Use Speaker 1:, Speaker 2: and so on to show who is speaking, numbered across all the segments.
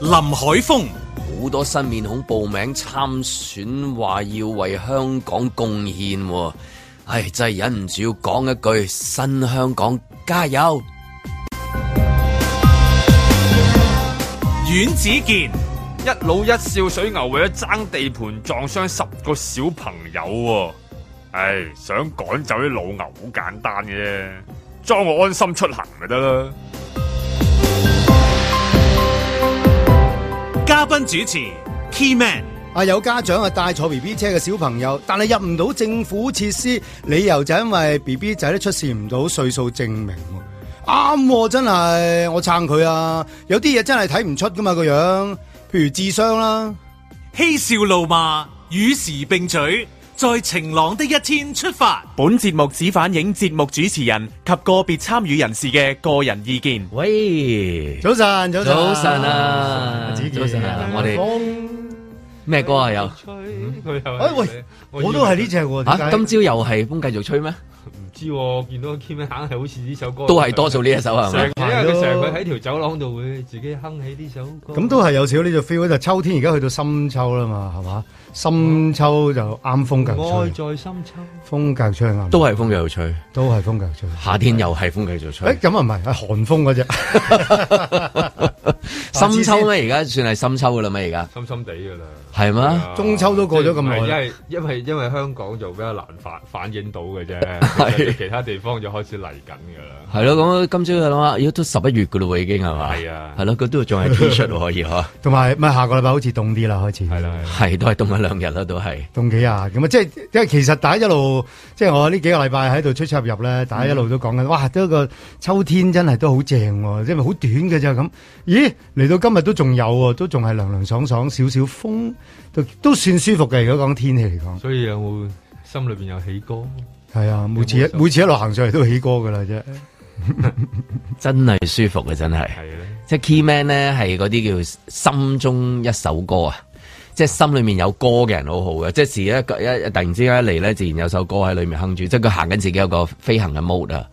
Speaker 1: 林海峰、
Speaker 2: 好多新面孔報名參選，話要為香港貢獻喎。唉，真係忍唔住要講一句：新香港加油！
Speaker 1: 阮子健、
Speaker 3: 一老一少水牛為咗爭地盤撞傷十個小朋友喎、唉，想趕走啲老牛好簡單嘅啫，裝我安心出行咪得啦。
Speaker 1: 嘉賓主持 Key Man、
Speaker 4: 啊！有家長啊帶坐 B B 車嘅小朋友，但係入唔到政府設施，理由就因為 B B 仔咧出示唔到歲數證明喎。啱喎、真係我撐佢啊！有啲嘢真係睇唔出噶嘛個樣，譬如智商啦。
Speaker 1: 嬉笑怒罵，與時並舉，在晴朗的一天出發。
Speaker 5: 本節目只反映節目主持人及個別參與人士嘅個人意見。
Speaker 2: 喂，
Speaker 4: 早晨，早晨，啊
Speaker 2: 早晨啊
Speaker 4: 子健
Speaker 2: 早晨啊我哋
Speaker 4: 風
Speaker 2: 咩歌啊？又
Speaker 3: 嗯佢
Speaker 4: 哎喂，我都係呢只喎。點
Speaker 2: 啊，
Speaker 4: 解
Speaker 2: 今朝又係風繼續吹咩？
Speaker 3: 唔知喎、見到 Kim 硬係好似呢首歌
Speaker 2: 都係多數呢一首啊係咪？
Speaker 4: 因為佢成日佢喺
Speaker 3: 條走廊度會自己哼起呢首歌
Speaker 4: 咁都係有少少呢個 feel，就秋天而家去到深秋啦嘛，係嘛？深秋就啱風格吹，
Speaker 3: 在深秋。
Speaker 4: 風格吹啱，
Speaker 2: 都係風繼續吹，
Speaker 4: 都係風格吹。
Speaker 2: 夏天又係風繼續吹
Speaker 4: 誒。咁啊唔係，係寒風嗰只。
Speaker 2: 深秋咩？而家算係深秋噶啦咩？而家
Speaker 3: 深深地噶啦，
Speaker 2: 係咩？
Speaker 4: 中秋都過咗咁耐
Speaker 3: 唔係因為因為因為香港就比較難反反映到嘅 啫，
Speaker 2: 係
Speaker 3: 其實其他地方就開始嚟緊噶
Speaker 2: 係咯，咁今朝佢諗下，如果都十一月噶咯喎，已經係嘛？
Speaker 3: 係啊
Speaker 2: 係咯，佢都仲係 T 恤喎可以嗬，
Speaker 4: 同埋咪下個禮拜好似凍啲啦，開始
Speaker 3: 啦，係啦係啦。
Speaker 2: 係都係凍咗兩日啦，都係。
Speaker 4: 凍幾啊？咁啊，即係因為其實大家一路即係我呢幾個禮拜喺度出出入入咧，大家一路都講緊，哇！都個秋天真係都好正喎，因為好短嘅咋咁。咦？嚟到今日都仲有喎，都仲係涼涼爽爽，少少風，都都算舒服嘅。如果講天氣嚟講，
Speaker 3: 所以有冇心裏邊有起歌？
Speaker 4: 係啊，每次
Speaker 3: 有冇
Speaker 4: 一
Speaker 3: 手
Speaker 4: 每次一路行上嚟都起歌噶啦啫。
Speaker 2: 真係舒服嘅，真係。
Speaker 3: 係咧，
Speaker 2: 即係 key man 咧，係嗰啲叫心中一首歌啊！即係心裏面有歌嘅人好好嘅，即係時一一突然之間一嚟咧，自然有首歌喺裏面哼住，即係佢行緊自己有個飛行嘅 mode 啊！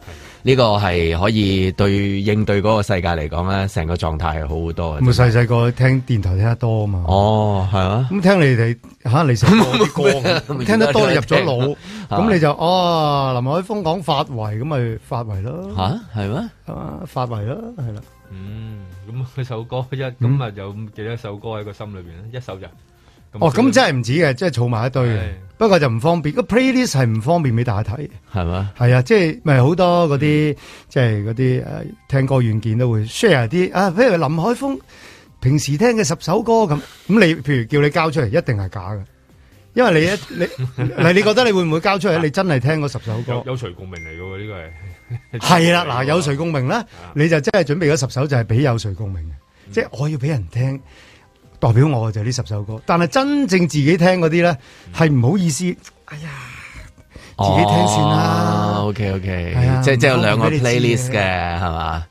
Speaker 2: 呢個係可以對應對嗰個世界嚟講咧，成個狀態係好好多
Speaker 4: 咁啊，
Speaker 2: 嘅。
Speaker 4: 細細個聽電台聽得多 啊嘛。
Speaker 2: 哦，係啊，
Speaker 4: 咁聽你哋嚇你成歌啲歌 咁，聽得多你入 咗 腦，咁你就哦，林海峰講發圍，咁咪發圍咯，
Speaker 2: 吓？係咩？
Speaker 4: 啊發圍咯，係啦，
Speaker 3: 嗯，咁嗰首歌一咁啊，有幾多首歌喺個心裏邊咧？一首就
Speaker 4: 哦，咁真係唔止嘅，即係儲埋一堆嘅
Speaker 3: 係，
Speaker 4: 不過就唔方便，個 playlist 係唔方便俾大家睇，
Speaker 2: 係咪？
Speaker 4: 係啊，即係咪好多嗰啲即係嗰啲誒聽歌軟件都會 share 啲啊，譬如林海峰平時聽嘅十首歌咁，咁你譬如叫你交出嚟，一定係假嘅。因為你 一你你你覺得你會唔會交出嚟？你真係聽嗰十首歌
Speaker 3: 有，有誰共鳴嚟嘅喎？呢個係
Speaker 4: 係啦， 嗱，有誰共鳴咧？你就真係準備咗十首就係俾有誰共鳴嘅，即係我要俾人聽，代表我嘅就係呢十首歌。但係真正自己聽嗰啲咧，係唔好意思，哎呀，自己聽算啦，
Speaker 2: O K O K，
Speaker 4: 係啊
Speaker 2: 哦即係即係有
Speaker 4: 唔
Speaker 2: 兩個
Speaker 4: 講俾你知
Speaker 2: playlist
Speaker 4: 嘅
Speaker 2: 嘅係嘛？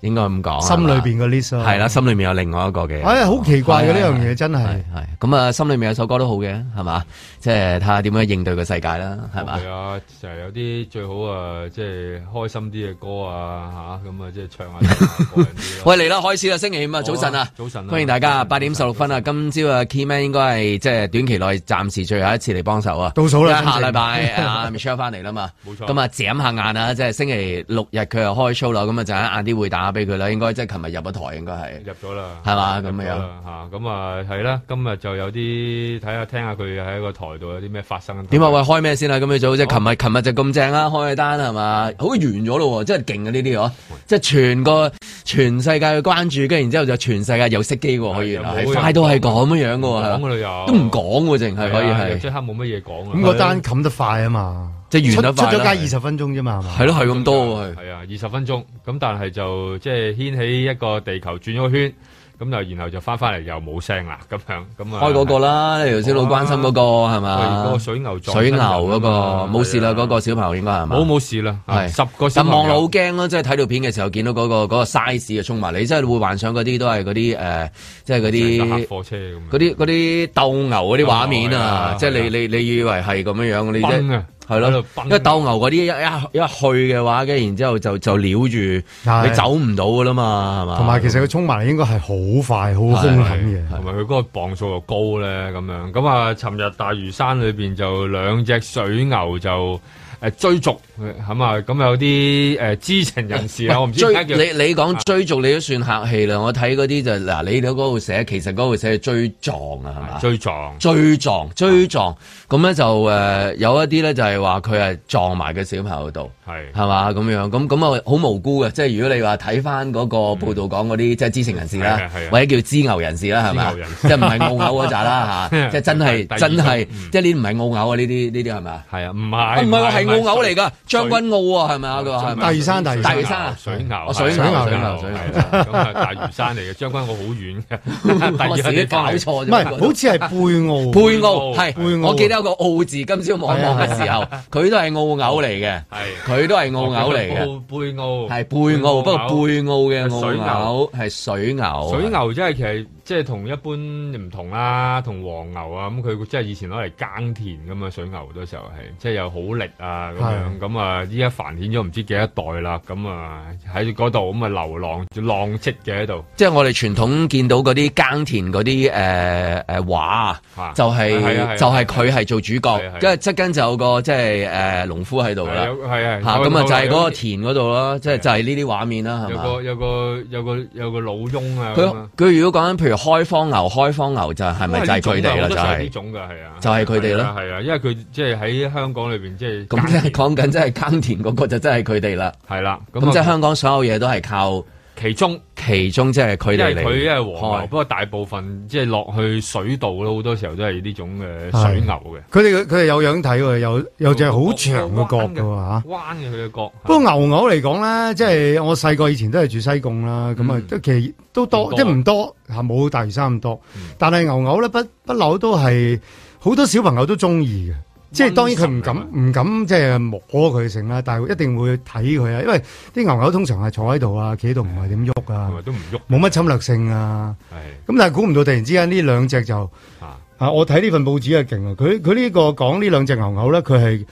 Speaker 2: 應該咁講。
Speaker 4: 心裏
Speaker 2: 係嘛
Speaker 4: 邊個 list 咯
Speaker 2: 係啦，，心裏面有另外一個嘅。
Speaker 4: 哎呀，好奇怪嘅呢樣嘢真
Speaker 2: 係
Speaker 4: 係。
Speaker 2: 係咁啊，心裏面有首歌都好嘅，係嘛？即係睇下點樣應對個世界啦，係嘛
Speaker 3: 係？啊，成日有啲最好啊，即係開心啲嘅歌啊，吓咁啊，即係唱下唱下過癮啲咯
Speaker 2: 喂，嚟啦，開始啦，星期五啊，早晨啊，
Speaker 3: 早晨啊
Speaker 2: 歡迎大家啊，
Speaker 3: 早晨
Speaker 2: 八點十六分啊，今朝啊，Keyman 應該係即係短期內暫時最後一次嚟幫手啊，
Speaker 4: 倒數啦
Speaker 2: 因為下禮
Speaker 4: 真
Speaker 2: 拜
Speaker 4: 正
Speaker 2: 啊 Michelle 翻嚟啦嘛，
Speaker 3: 冇錯
Speaker 2: 咁啊，眨下眼啊，即係星期六日佢又開 show 啦，咁啊就喺晏啲會打俾佢啦，應該即係琴日入咗台應該係。
Speaker 3: 入咗啦，
Speaker 2: 係嘛咁樣
Speaker 3: 嚇，咁啊係啦，今日就有啲睇下聽下佢喺個台度有啲咩發生。
Speaker 2: 點啊？喂，開咩先啊？咁樣早即係琴
Speaker 3: 哦
Speaker 2: 日，琴日就咁正啊啦，開嘅單係嘛？好完咗咯喎，真係勁啊！呢啲嗬，即係全個全世界去關注，跟住然之後就全世界有熄機喎，可以原來
Speaker 3: 哎有冇
Speaker 2: 係
Speaker 3: 人
Speaker 2: 快到係咁樣樣嘅喎，係
Speaker 3: 講㗎
Speaker 2: 嘛
Speaker 3: 啦又
Speaker 2: 都唔講喎，淨係可以
Speaker 3: 啊即
Speaker 2: 係
Speaker 3: 刻冇乜嘢講啊。
Speaker 4: 咁個單冚得快啊嘛，
Speaker 2: 即係完得
Speaker 4: 出
Speaker 2: 快啦
Speaker 4: 出咗街二十分鐘啫嘛，係嘛？
Speaker 2: 係咯，係咁多喎，係
Speaker 3: 係啊，二十分鐘咁，但係就即係掀起一個地球轉咗個圈，咁就然後就翻翻嚟又冇聲啦，咁樣咁啊，
Speaker 2: 開嗰個啦，你頭先老關心嗰個係
Speaker 3: 喂，嗰
Speaker 2: 嘛
Speaker 3: 個？水牛撞
Speaker 2: 水牛嗰個
Speaker 3: 親人啊
Speaker 2: 冇事啦，
Speaker 3: 係
Speaker 2: 嗰
Speaker 3: 啊
Speaker 2: 個小朋友應該係嘛？
Speaker 3: 冇冇事啦，啊
Speaker 2: 係
Speaker 3: 十個小
Speaker 2: 但
Speaker 3: 朋
Speaker 2: 望落好
Speaker 3: 友
Speaker 2: 驚咯，即係睇到片嘅時候見到嗰個嗰個 size 啊衝埋你，真係會幻想嗰啲都係嗰啲誒，即係嗰
Speaker 3: 成架
Speaker 2: 啲
Speaker 3: 黑。啊貨車咁樣，
Speaker 2: 嗰啲嗰啲鬥牛嗰啲畫面
Speaker 3: 鬥牛係
Speaker 2: 啊
Speaker 3: 啊，
Speaker 2: 即係
Speaker 3: 係啊
Speaker 2: 你你你以為係咁樣樣，你
Speaker 3: 崩
Speaker 2: 啫
Speaker 3: 啊
Speaker 2: 係
Speaker 3: 喺
Speaker 2: 咯
Speaker 3: 度，崩
Speaker 2: 因為鬥牛嗰啲一一一去嘅話，跟住然之後就就撩住
Speaker 4: 係
Speaker 2: 你走唔到噶啦嘛，係嘛？
Speaker 4: 同埋其實佢衝埋嚟應該係好快、好兇狠嘅。
Speaker 3: 同埋佢嗰個磅數又高咧，咁樣咁啊！尋日大嶼山裏邊就兩隻水牛就誒、呃追逐，咁啊咁有啲誒、呃知情人 士啊，我唔知
Speaker 2: 追
Speaker 3: 點解叫啊
Speaker 2: 你你講追逐你都算客氣啦，我睇嗰啲就嗱，你都嗰度寫，其實嗰度寫係追撞啊，係嘛？
Speaker 3: 追啊撞，
Speaker 2: 追撞追撞，咁咧就誒、呃有一啲咧就係話佢係撞埋個小朋友度。
Speaker 3: 係
Speaker 2: 係嘛咁樣咁咁啊，好無辜嘅。即係如果你話睇翻嗰個報道講嗰啲，即係知情人士
Speaker 3: 係
Speaker 2: 啦
Speaker 3: 啊係啊，
Speaker 2: 或者叫知牛人士啦，係
Speaker 3: 知
Speaker 2: 咪
Speaker 3: 牛人？
Speaker 2: 即係唔係澳牛嗰扎 啦嚇，即係真係
Speaker 3: 第二
Speaker 2: 真係
Speaker 3: 種，
Speaker 2: 即係呢啲唔係澳牛啊，呢啲呢啲係咪啊？
Speaker 3: 係啊，唔
Speaker 2: 啊
Speaker 3: 係
Speaker 2: 唔係喎，係澳牛嚟
Speaker 3: 㗎，
Speaker 2: 㗎，將軍澳啊，係咪啊？佢話係咪
Speaker 4: 大嶼山大嶼山
Speaker 2: 大嶼山啊
Speaker 3: 水牛
Speaker 2: 哦，水牛
Speaker 4: 水牛
Speaker 2: 水牛水牛
Speaker 3: 係啦咁啊大嶼山嚟嘅，將軍澳好遠
Speaker 2: 我
Speaker 3: 嘅，第
Speaker 2: 自
Speaker 3: 二
Speaker 2: 己
Speaker 3: 日
Speaker 2: 搞錯咗，
Speaker 3: 錯，
Speaker 4: 唔係，好似係貝澳。
Speaker 2: 佩奧
Speaker 3: 佩
Speaker 4: 奧
Speaker 2: 係，我記得有個澳字，今朝望一望嘅時候，佢都係澳牛嚟嘅，
Speaker 3: 係
Speaker 2: 佢都 係澳牛嚟嘅，
Speaker 3: 哦嘅，貝澳
Speaker 2: 係貝澳，不過貝澳嘅
Speaker 3: 水
Speaker 2: 澳牛
Speaker 3: 牛
Speaker 2: 係水牛，
Speaker 3: 水牛真係其實即係同一般唔同啦，同黃牛啊咁佢即係以前攞嚟耕田噶嘛，水牛好多時候係即係有好力啊咁樣，咁啊依家繁衍咗唔知幾多代啦，咁啊喺嗰度咁啊流浪浪跡嘅喺度，
Speaker 2: 即係我哋傳統見到嗰啲耕田嗰啲誒誒畫啊
Speaker 3: 啊，
Speaker 2: 就係
Speaker 3: 係啊係啊
Speaker 2: 就係佢係做主角
Speaker 3: 係啊係啊，
Speaker 2: 跟住側跟就有個即係誒農夫喺度
Speaker 3: 係
Speaker 2: 啦，
Speaker 3: 有係啊，
Speaker 2: 嚇
Speaker 3: 有
Speaker 2: 咁啊
Speaker 3: 有
Speaker 2: 就係嗰個
Speaker 3: 有
Speaker 2: 田嗰度啦，即係
Speaker 3: 係啊
Speaker 2: 就係呢啲畫面啦，係
Speaker 3: 有
Speaker 2: 嘛
Speaker 3: 個？有個有個有個老翁啊，咁
Speaker 2: 佢
Speaker 3: 啊
Speaker 2: 佢如果講緊譬如開荒牛，開荒牛就係咪就係佢哋啦？
Speaker 3: 都
Speaker 2: 就
Speaker 3: 係呢
Speaker 2: 係
Speaker 3: 種㗎，係啊，
Speaker 2: 就係佢哋咯
Speaker 3: 係啊係啊，因為佢即係喺香港裏邊即係
Speaker 2: 咁即係講緊，即係耕田嗰個就真係佢哋啦。
Speaker 3: 係啦，
Speaker 2: 咁即係
Speaker 3: 啊
Speaker 2: 香港所有嘢都係靠
Speaker 3: 其中。
Speaker 2: 其中，即係佢
Speaker 3: 因
Speaker 2: 哋
Speaker 3: 為
Speaker 2: 嚟。
Speaker 3: 佢因為黃
Speaker 2: 開
Speaker 3: 牛，不過大部分即係落去水道咯，好多時候都係呢種嘅水牛嘅。
Speaker 4: 佢哋佢哋有樣睇喎，有有隻好長嘅角㗎
Speaker 3: 個
Speaker 4: 喎嚇
Speaker 3: 彎嘅，彎嘅佢嘅角。
Speaker 4: 不過牛牛嚟講咧，即係我細個以前都係住西貢啦，咁啊
Speaker 3: 嗯
Speaker 4: 都其實都
Speaker 3: 多
Speaker 4: 多，
Speaker 3: 啊
Speaker 4: 即係唔多嚇，冇大嶼山咁多
Speaker 3: 嗯。
Speaker 4: 但係牛牛咧不不嬲都係好多小朋友都中意嘅，即係當然佢唔敢
Speaker 3: 溫順係啊
Speaker 4: 唔敢即係摸佢成啦，但係一定會睇佢啊，因為啲牛牛通常係坐喺度啊，企喺度唔係點喐啊
Speaker 3: 係，咪都唔喐？
Speaker 4: 冇乜侵略性啊。
Speaker 3: 係
Speaker 4: 咁但係估唔到突然之間呢兩隻就〜
Speaker 3: 啊，
Speaker 4: 啊！我睇呢份報紙啊，勁啊！佢佢呢個講呢兩隻牛牛咧，佢係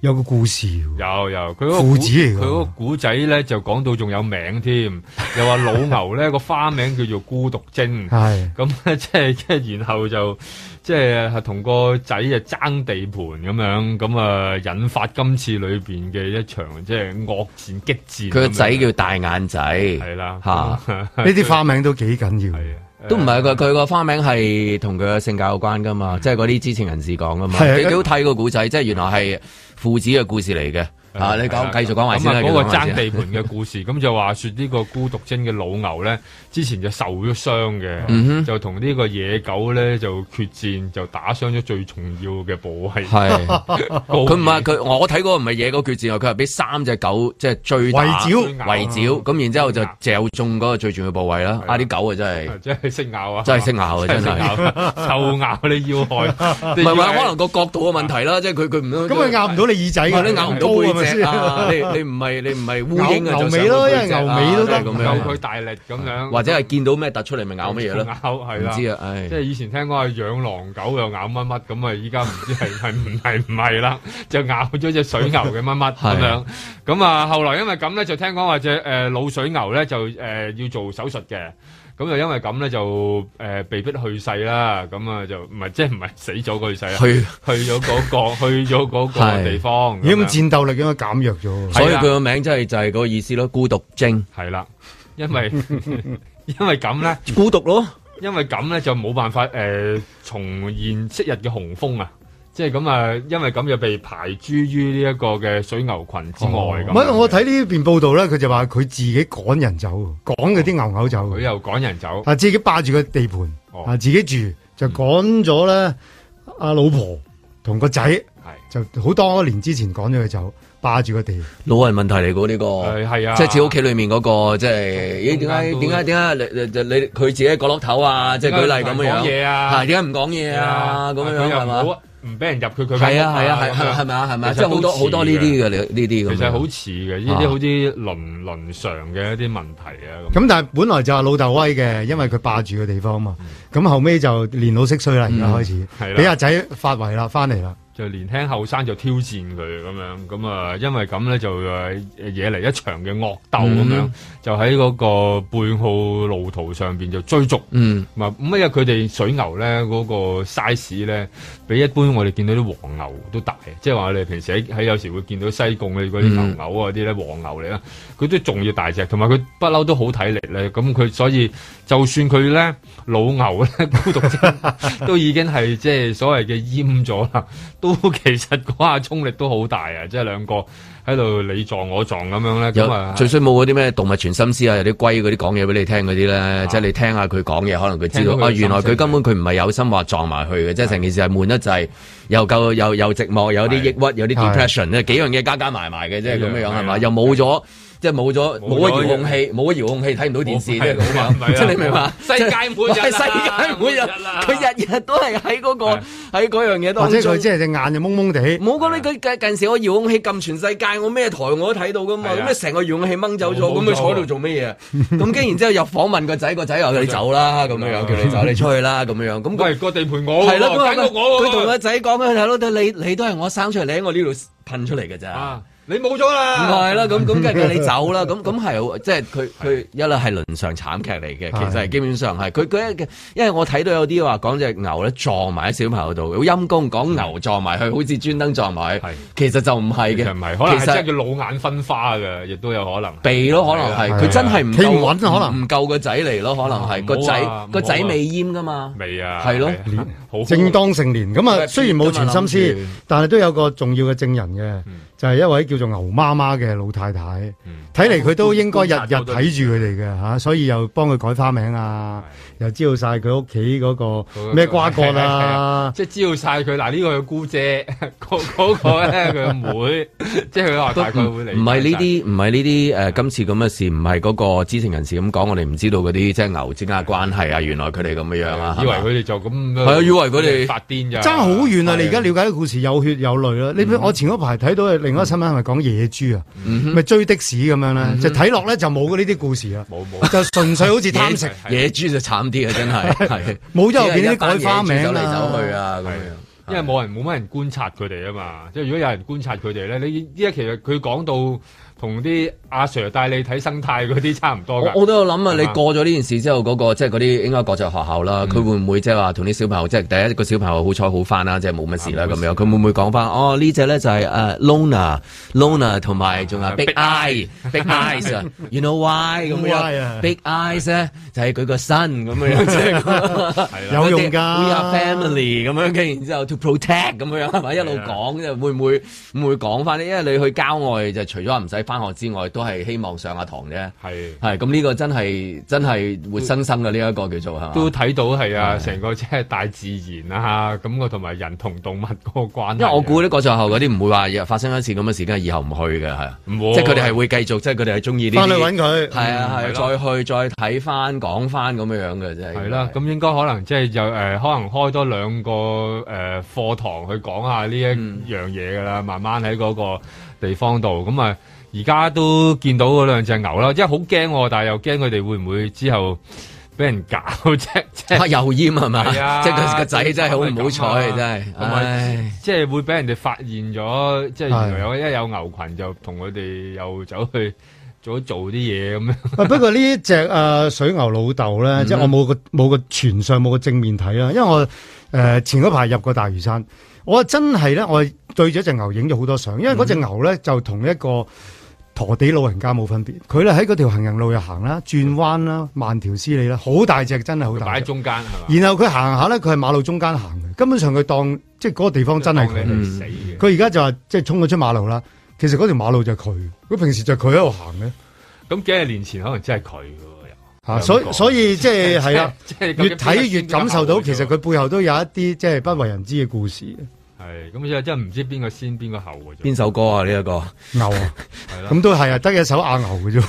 Speaker 4: 有個故事喎。
Speaker 3: 有有佢嗰個
Speaker 4: 父
Speaker 3: 古
Speaker 4: 子嚟㗎
Speaker 3: 佢嗰個古仔咧就講到仲有名添，又話老牛咧個花名叫做孤獨精。
Speaker 4: 係
Speaker 3: 咁咧， 即係即係，然後就即係同個仔啊爭地盤咁樣，咁啊引發今次裏邊嘅一場即係惡戰激戰咁樣。
Speaker 2: 佢個仔叫大眼仔，
Speaker 3: 係啦，啊
Speaker 2: 嚇
Speaker 4: 呢 啲花名都幾緊要。
Speaker 3: 係啊，
Speaker 2: 都唔係佢佢個花名係同佢嘅性格有關噶
Speaker 3: 嗯
Speaker 2: 嘛，即係嗰啲知情人士講噶嘛，
Speaker 4: 係啊
Speaker 2: 幾幾好睇個古仔，即係原來係父子嘅故事嚟嘅。啊，你講繼續講埋
Speaker 3: 嗯咁
Speaker 2: 先
Speaker 3: 啊
Speaker 2: 啦，繼續
Speaker 3: 嗰個
Speaker 2: 講埋
Speaker 3: 爭
Speaker 2: 先
Speaker 3: 地盤嘅故事，咁就話說呢個孤獨精嘅老牛咧，之前就受咗傷
Speaker 2: 嗯哼
Speaker 3: 嘅，就同呢個野狗咧就決戰，就打傷咗最重要嘅部位。
Speaker 2: 係
Speaker 3: 佢
Speaker 2: 佢唔係佢，我睇嗰個唔係野狗決戰啊，佢係俾三隻狗即係追打
Speaker 4: 圍剿嗯
Speaker 2: 圍剿，咁然之後就
Speaker 3: 咬
Speaker 2: 嚼中嗰個最重要部位啦。
Speaker 3: 係啊
Speaker 2: 啊，啲狗啊真係
Speaker 3: 即係識咬啊，
Speaker 2: 真係識咬 啊，真
Speaker 3: 識
Speaker 2: 係。
Speaker 3: 咬，就咬你 要害。
Speaker 2: 唔
Speaker 3: 唔
Speaker 2: 係話可能個角度嘅問題啦，即係佢佢唔
Speaker 4: 咁佢咬唔到你耳仔㗎，
Speaker 2: 你咬唔到背脊啊！你你唔係你唔係烏蠅啊，
Speaker 4: 牛
Speaker 2: 就
Speaker 4: 牛尾咯因
Speaker 2: 上個背
Speaker 4: 為
Speaker 2: 脊啊
Speaker 4: 牛尾都得
Speaker 2: 即係咁
Speaker 3: 有佢
Speaker 2: 樣，
Speaker 3: 大力咁樣，
Speaker 2: 或者係見到咩突出嚟咪咬乜嘢咯？
Speaker 3: 咬係
Speaker 2: 唔
Speaker 3: 啦。
Speaker 2: 知啊，唉
Speaker 3: 即。係以前聽講係養狼狗又咬乜乜咁啊，依家唔知係係唔係唔係啦，就咬咗只水牛嘅乜乜咁樣。咁啊，後來因為咁咧，就聽講話只誒老水牛咧就誒、呃要做手術嘅。咁就因為咁咧就誒、呃被逼去世啦。咁啊就唔係即係唔係死咗個去世啦，
Speaker 2: 去，
Speaker 3: 去咗嗰、個去咗嗰
Speaker 2: 係
Speaker 3: 個地方。
Speaker 4: 咦咁
Speaker 3: 樣
Speaker 4: 戰鬥力應該減弱咗喎。
Speaker 2: 所以
Speaker 3: 係啊
Speaker 2: 佢
Speaker 3: 啦
Speaker 2: 個名真係就係個意思咯，孤獨症，
Speaker 3: 係啦，因為 因為咁咧，
Speaker 2: 孤獨咯，
Speaker 3: 因為咁咧就冇辦法誒、呃、重現昔日嘅雄風啊！即係咁啊，因為咁就被排諸於呢一個嘅水牛群之外咁。
Speaker 4: 唔係我睇呢邊報道咧，佢就話佢自己趕人走，趕嗰啲牛牛走
Speaker 3: 哦佢，又趕人走，
Speaker 4: 啊自己霸住個地盤，
Speaker 3: 哦嗯
Speaker 4: 啊自己住就趕咗咧阿老婆同個仔，
Speaker 3: 係
Speaker 4: 就好多年之前趕咗佢走，霸住個地。
Speaker 2: 老人問題嚟噶呢個。
Speaker 3: 誒係啊，
Speaker 2: 即係似屋企裏面嗰個，即係咦？點解
Speaker 3: 中間都
Speaker 2: 點解點解你你你你佢自己角落頭啊？即係舉例咁樣
Speaker 3: 講嘢啊
Speaker 2: 係點解唔講嘢啊？咁樣
Speaker 3: 佢
Speaker 2: 樣
Speaker 3: 又
Speaker 2: 係
Speaker 3: 唔
Speaker 2: 嘛？
Speaker 3: 好唔俾人入佢佢
Speaker 2: 係
Speaker 3: 間屋
Speaker 2: 啊係啊係係係
Speaker 3: 咁樣
Speaker 2: 咪啊係咪啊？
Speaker 3: 其
Speaker 2: 即
Speaker 3: 實
Speaker 2: 係好多
Speaker 3: 都似
Speaker 2: 好多呢啲嘅呢啲咁
Speaker 3: 其實好
Speaker 2: 樣。
Speaker 3: 似嘅，呢啲好啲倫倫常嘅一啲問題啊咁。嗯
Speaker 4: 咁但係本來就係老豆威嘅，因為佢霸住個地方嘛。咁後尾就年老色衰啦，而家開始
Speaker 3: 嗯係啦
Speaker 4: 俾阿仔發圍啦，翻嚟啦。
Speaker 3: 就年輕後生就挑戰佢咁樣，咁啊，因為咁咧就誒惹嚟一場嘅惡鬥咁樣，
Speaker 2: 嗯
Speaker 3: 就喺嗰個背號路途上邊就追逐。
Speaker 2: 嗯，
Speaker 3: 唔係咁，因為佢哋水牛咧嗰、個 size 咧，比一般我哋見到啲黃牛都大，即係話我哋平時喺喺有時會見到西貢嘅
Speaker 2: 嗯
Speaker 3: 嗰啲牛牛啊嗰啲咧黃牛嚟啦，佢都仲要大隻，同埋佢不嬲都好體力咧，咁佢所以就算佢咧老牛咧孤獨症 都已經係即係所謂嘅淹咗啦，都其實嗰下衝力都好大啊！即係兩個喺度你撞我撞咁樣咧，咁
Speaker 2: 有
Speaker 3: 啊
Speaker 2: 最衰冇嗰啲咩動物全心思啊，有啲龜嗰啲講嘢俾你聽嗰啲咧，即係你聽下佢講嘢，可能佢知
Speaker 3: 啊聽
Speaker 2: 道哦，
Speaker 3: 到佢啊嘅心
Speaker 2: 原來佢
Speaker 3: 聲
Speaker 2: 根本佢唔係有心話撞埋去嘅，即係成件事係悶得滯，又夠又又寂寞，有啲抑鬱，有啲 depression 咧，幾樣嘢加加埋埋嘅，即係咁樣
Speaker 3: 係
Speaker 2: 樣
Speaker 3: 啊
Speaker 2: 係嘛，又冇咗。即係冇咗
Speaker 3: 冇咗
Speaker 2: 冇咗遙控器，冇咗遙控器睇唔到電視，即係咁
Speaker 3: 唔係啊
Speaker 2: 樣，即係你明嘛？
Speaker 3: 世界末日啦
Speaker 2: 係世界末日
Speaker 3: 末日啦，
Speaker 2: 佢日日都係喺嗰個
Speaker 3: 係
Speaker 2: 喺嗰樣嘢當
Speaker 4: 或者
Speaker 2: 中。
Speaker 4: 佢即係隻眼就蒙蒙地，
Speaker 2: 唔
Speaker 3: 啊
Speaker 2: 好講呢佢近近時我遙控器撳全世界，我咩台我都睇到噶嘛，
Speaker 3: 係啊
Speaker 2: 咁你成個遙控器掹走咗，
Speaker 3: 冇
Speaker 2: 咁
Speaker 3: 冇啊
Speaker 2: 佢坐喺度做乜嘢啊？咁跟然之後又訪問個仔，個仔又哎叫你走啦，咁樣樣叫你走，你出去啦，咁樣樣，咁佢
Speaker 3: 喂個地盤啊我
Speaker 2: 係
Speaker 3: 喎
Speaker 2: 咯，咁啊
Speaker 3: 緊過我喎
Speaker 2: 佢同個仔講啊，大佬，你你都係我生出嚟，你喺我呢度噴出嚟嘅咋。
Speaker 3: 啊，你冇咗
Speaker 2: 唔
Speaker 3: 啦，
Speaker 2: 係啦，咁咁梗係叫你走啦，咁咁係好即係佢佢一啦係倫常慘劇嚟嘅，
Speaker 4: 係
Speaker 2: 其實係基本上係佢佢因為我睇到有啲話講只牛咧撞埋喺小朋友度，好陰公講牛撞埋去，好似專登撞埋去
Speaker 3: 係，
Speaker 2: 其實就唔係
Speaker 3: 其
Speaker 2: 嘅
Speaker 3: 實，唔係，可能係
Speaker 2: 其實
Speaker 3: 真係叫老眼昏花嘅，亦都有可能。
Speaker 2: 鼻咯，可能
Speaker 3: 係
Speaker 2: 係
Speaker 4: 啊
Speaker 2: 佢真係唔
Speaker 4: 企唔
Speaker 2: 夠
Speaker 4: 穩啊可能
Speaker 2: 唔夠個仔嚟咯，可能係
Speaker 3: 唔好啊
Speaker 2: 個
Speaker 3: 唔好
Speaker 2: 仔
Speaker 3: 啊
Speaker 2: 個仔未淹噶嘛，
Speaker 3: 未啊，
Speaker 2: 係咯
Speaker 3: 係啊，好
Speaker 4: 正當成年咁
Speaker 2: 佢係
Speaker 4: 啊，雖然冇全
Speaker 2: 撇
Speaker 4: 心
Speaker 2: 㗎
Speaker 4: 思
Speaker 2: 嘛諗住，
Speaker 4: 但係都有個重要嘅證人嘅，
Speaker 3: 嗯
Speaker 4: 就係一位叫做牛媽媽嘅老太太。睇嚟佢都應該日日睇住佢哋嘅嚇，所以又幫佢改花名啊，又知道晒佢屋企嗰個咩瓜葛啊。
Speaker 3: 即係知道晒佢嗱呢個佢姑姐， 嗰嗰個咧佢妹， 即係佢話啊大概會嚟。
Speaker 2: 唔係呢啲，唔係呢啲誒，呃今次咁嘅事，唔係嗰個知情人士咁講，我哋唔知道嗰啲即係牛之間嘅關係啊，原來佢哋咁嘅樣啊，
Speaker 3: 以為
Speaker 2: 係嘛
Speaker 3: 佢哋就咁。呃
Speaker 2: 係啊以為佢哋
Speaker 3: 發癲咋，
Speaker 4: 爭好遠啊！你而家了解嘅故事有血有淚啦。你
Speaker 3: 嗯
Speaker 4: 譬如我前嗰排睇到另外一個新聞係咪講野豬啊？咪追的士咁樣咧，就睇落咧就冇呢啲故事啊，
Speaker 3: 嗯冇冇
Speaker 4: 就純粹好似貪食。
Speaker 2: 野野豬就慘啲啊，真係係 啊
Speaker 4: 冇咗後邊啲改 花名啊
Speaker 2: 走嚟
Speaker 4: 啦
Speaker 2: 走去啊咁樣。
Speaker 3: 因為冇人冇乜人觀察佢哋啊嘛，即係如果有人觀察佢哋咧，你依家其實佢講到同啲阿 Sir 帶你睇生態嗰啲差唔多㗎。
Speaker 2: 我我都有諗啊！
Speaker 3: 係嘛
Speaker 2: 你過咗呢件事之後，嗰、個即係嗰啲應該國際學校啦，佢、會唔會即係話同啲小朋友，即係第一個小朋友好彩好翻啦，即係冇乜事啦
Speaker 3: 啊冇
Speaker 2: 咁
Speaker 3: 事
Speaker 2: 樣，佢會唔會講翻？哦，呢只咧就係誒 Lona Lona 同埋仲有 Big
Speaker 3: Big
Speaker 2: Eye Big Eyes 啊，You know why 咁
Speaker 4: Why
Speaker 2: 樣
Speaker 4: 啊
Speaker 2: ？Big Eyes 咧就係佢個身咁 樣，即係咁
Speaker 4: 有用㗎
Speaker 2: We are family 咁樣，跟然之後 to protect 咁樣，係咪一路講即係會唔會會唔會講翻呢？因為你去郊外就除咗唔使翻學之外，都係希望上下堂啫。
Speaker 3: 係。
Speaker 2: 係咁呢個真係真係活生生嘅呢一個叫做係嘛？
Speaker 3: 都睇到係啊，成個即係大自然啊，咁個同埋人同動物嗰個關係啊。
Speaker 2: 因為我估呢個最後嗰啲唔會話又發生一次咁嘅事，跟住以後唔去嘅係，啊
Speaker 3: 唔會
Speaker 2: 即係佢哋係會繼續，即係佢哋係中意呢
Speaker 4: 翻去
Speaker 2: 啲
Speaker 4: 揾，
Speaker 2: 係啊
Speaker 4: 佢，
Speaker 2: 係啊，
Speaker 3: 嗯係咯
Speaker 2: 再去再睇翻講翻咁樣樣嘅啫。
Speaker 3: 係啦，咁應該可能即係就誒，可能開多兩個誒課堂去講下呢
Speaker 2: 嗯
Speaker 3: 一樣嘢㗎啦，慢慢喺嗰個地方度咁啊。而家都見到嗰兩隻牛啦，即係好驚喎，但係又驚佢哋會唔會之後俾人搞啫，即係
Speaker 2: 黑油煙係嘛？
Speaker 3: 係啊
Speaker 2: 即係佢個仔真係好唔好彩，
Speaker 3: 咁啊
Speaker 2: 真係。
Speaker 3: 同埋
Speaker 2: 唉
Speaker 3: 即係會俾人哋發現咗，即係原來
Speaker 4: 係
Speaker 3: 有一有牛群就同佢哋又走去做做啲嘢 咁樣。
Speaker 4: 喂，不過呢只啊水牛老豆咧，
Speaker 3: 嗯
Speaker 4: 即係我冇個冇個全相冇個正面睇啦，因為我誒、呃前嗰排入過大嶼山，我真係咧我對咗只牛影咗好多相，因為
Speaker 3: 嗯
Speaker 4: 嗰只牛咧就同一個陀地老人家冇分別，佢咧喺嗰條行人路又行啦，轉彎啦，慢條斯理啦，好大隻，真係好
Speaker 3: 擺
Speaker 4: 大
Speaker 3: 喺
Speaker 4: 隻。
Speaker 3: 中間啊係嘛？
Speaker 4: 然後佢行下咧，佢係馬路中間行嘅，根本上佢當即係嗰個地方真係佢
Speaker 3: 當你
Speaker 2: 嗯
Speaker 3: 係死嘅。
Speaker 4: 佢而家就話即係衝咗出馬路啦，其實嗰條馬路就係佢，佢平時就係佢喺度行嘅
Speaker 3: 咁幾廿年前可能真係佢嘅喎又
Speaker 4: 嚇，啊所以所以即係係啦。，
Speaker 3: 即係
Speaker 4: 越睇越感受到，其實佢背後都有一啲即係不為人知嘅故事。
Speaker 3: 係咁，即係真係唔知邊個先邊個後嘅 啫。
Speaker 2: 邊首歌啊？呢一個，
Speaker 4: 牛啊，
Speaker 3: 係啦
Speaker 4: 咁都係啊，得一首阿牛 嘅啫。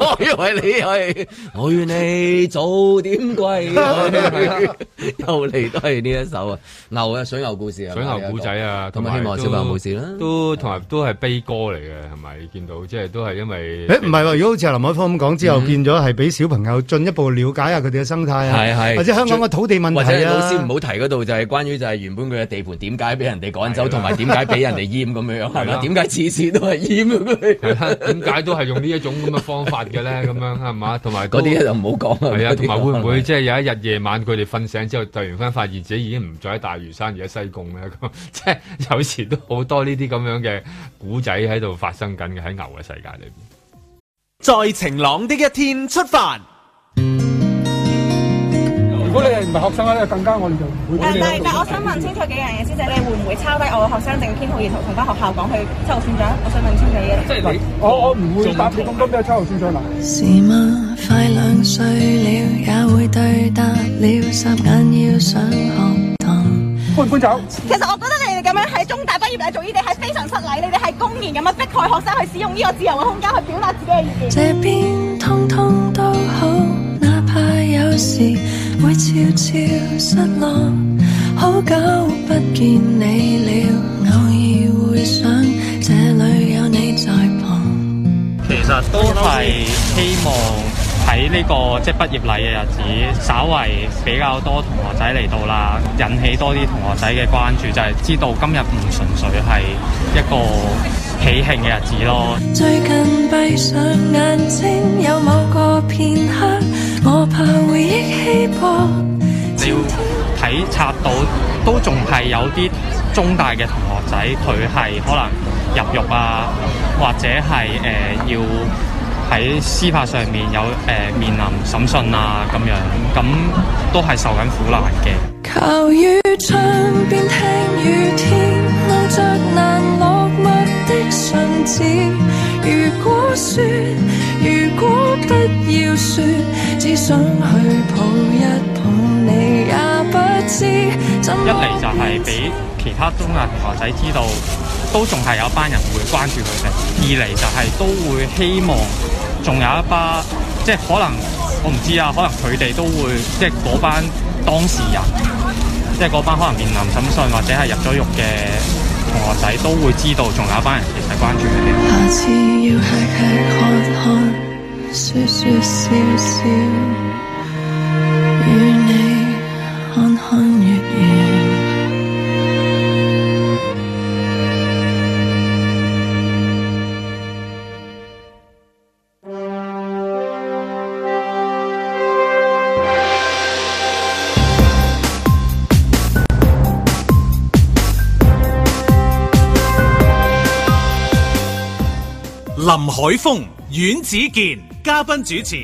Speaker 2: 我以為你係我願你早點歸去，又嚟都係呢一首啊！牛啊，水牛故事啊，
Speaker 3: 水牛古仔啊，
Speaker 2: 咁
Speaker 3: 同
Speaker 2: 啊，
Speaker 3: 埋
Speaker 2: 希望小朋友冇事啦。
Speaker 3: 都都同埋都係悲歌嚟嘅，係咪？見到即係都係因為嗯
Speaker 4: 誒，唔係喎，如果好似阿林海峰咁講之
Speaker 2: 嗯
Speaker 4: 後，變咗係俾小朋友進一步了解下佢哋嘅生態啊，
Speaker 2: 係係
Speaker 4: 或者香港嘅土地問
Speaker 2: 或者
Speaker 4: 題
Speaker 2: 老
Speaker 4: 啊，
Speaker 2: 師唔好提嗰度，就係關於就係原本佢嘅地盤點解俾人人哋趕走，同埋點解俾人哋閹咁樣係咪？點解次次都係閹咁
Speaker 3: 系
Speaker 2: 樣？
Speaker 3: 啦，點解都係用呢一種咁嘅方法嘅咧？咁樣係嘛？同埋都
Speaker 2: 嗰啲就唔好講啦。
Speaker 3: 係啊，
Speaker 2: 嗰啲
Speaker 3: 同埋
Speaker 2: 講
Speaker 3: 會唔會
Speaker 2: 啦
Speaker 3: 即係有一日夜晚佢哋瞓醒之後，突然間發現自己已經唔再喺大嶼山，而喺西貢咧？咁 即係有時都好多呢啲咁樣嘅古仔喺度發生緊嘅喺牛嘅世界裏邊。
Speaker 5: 在晴朗的一天出發。
Speaker 6: 如果你係唔係學生咧，更加我哋就唔會俾
Speaker 7: 但
Speaker 6: 你啦
Speaker 7: 係，但係我想問清楚幾樣嘢先，就係你會唔會抄低我嘅學生證編號，而同同翻學校講去秋後算賬？我想問清楚呢一點。
Speaker 6: 嗱我我唔會答你咁多咩秋後算賬啦。
Speaker 8: 是嗎？快兩歲了，也會對答了，霎眼要上學堂。
Speaker 6: 搬唔搬走？
Speaker 7: 其實我覺得你哋咁樣喺中大畢業禮做呢啲係非常失禮，你哋係公然咁樣迫害學生去使用呢個自由嘅空間去表達自己嘅意見。
Speaker 8: 這邊通通都好，哪怕有時會悄悄失落。好久不見你了，偶爾會想這裏有你在旁。
Speaker 9: 其實都係希望喺呢、個即係畢業禮嘅日子，稍為比較多同學仔嚟到啦，引起多啲同學仔嘅關注，就係、知道今日唔純粹係一個喜慶嘅日子咯。
Speaker 8: 最近閉上眼睛，有某個片刻，我怕回憶稀薄。
Speaker 9: 你要睇察到都仲係有啲中大嘅同學仔，佢係可能入獄啊，或者係誒、呃要喺司法上面有誒、呃面臨審訊啊咁樣，咁都係受緊苦難嘅。
Speaker 8: 靠於窗邊聽雨天，望着難落墨的唇子。如果說，如果不要說，只想去抱一抱你，也不知怎
Speaker 9: 一
Speaker 8: 麼
Speaker 9: 嚟就係俾其他中大同學仔知道，都仲係有一班人會關注佢哋；二嚟就係都會希望仲有一班，即係可能我唔知啊，可能佢哋都會即係嗰班當事人，即係嗰班可能面臨審訊或者係入咗獄嘅同學仔都會知道，仲有一班人其實關注佢哋。
Speaker 8: 下次要吃吃看看，說說笑笑，與你看看月圓。
Speaker 1: 林海峰、阮子健嘉賓主持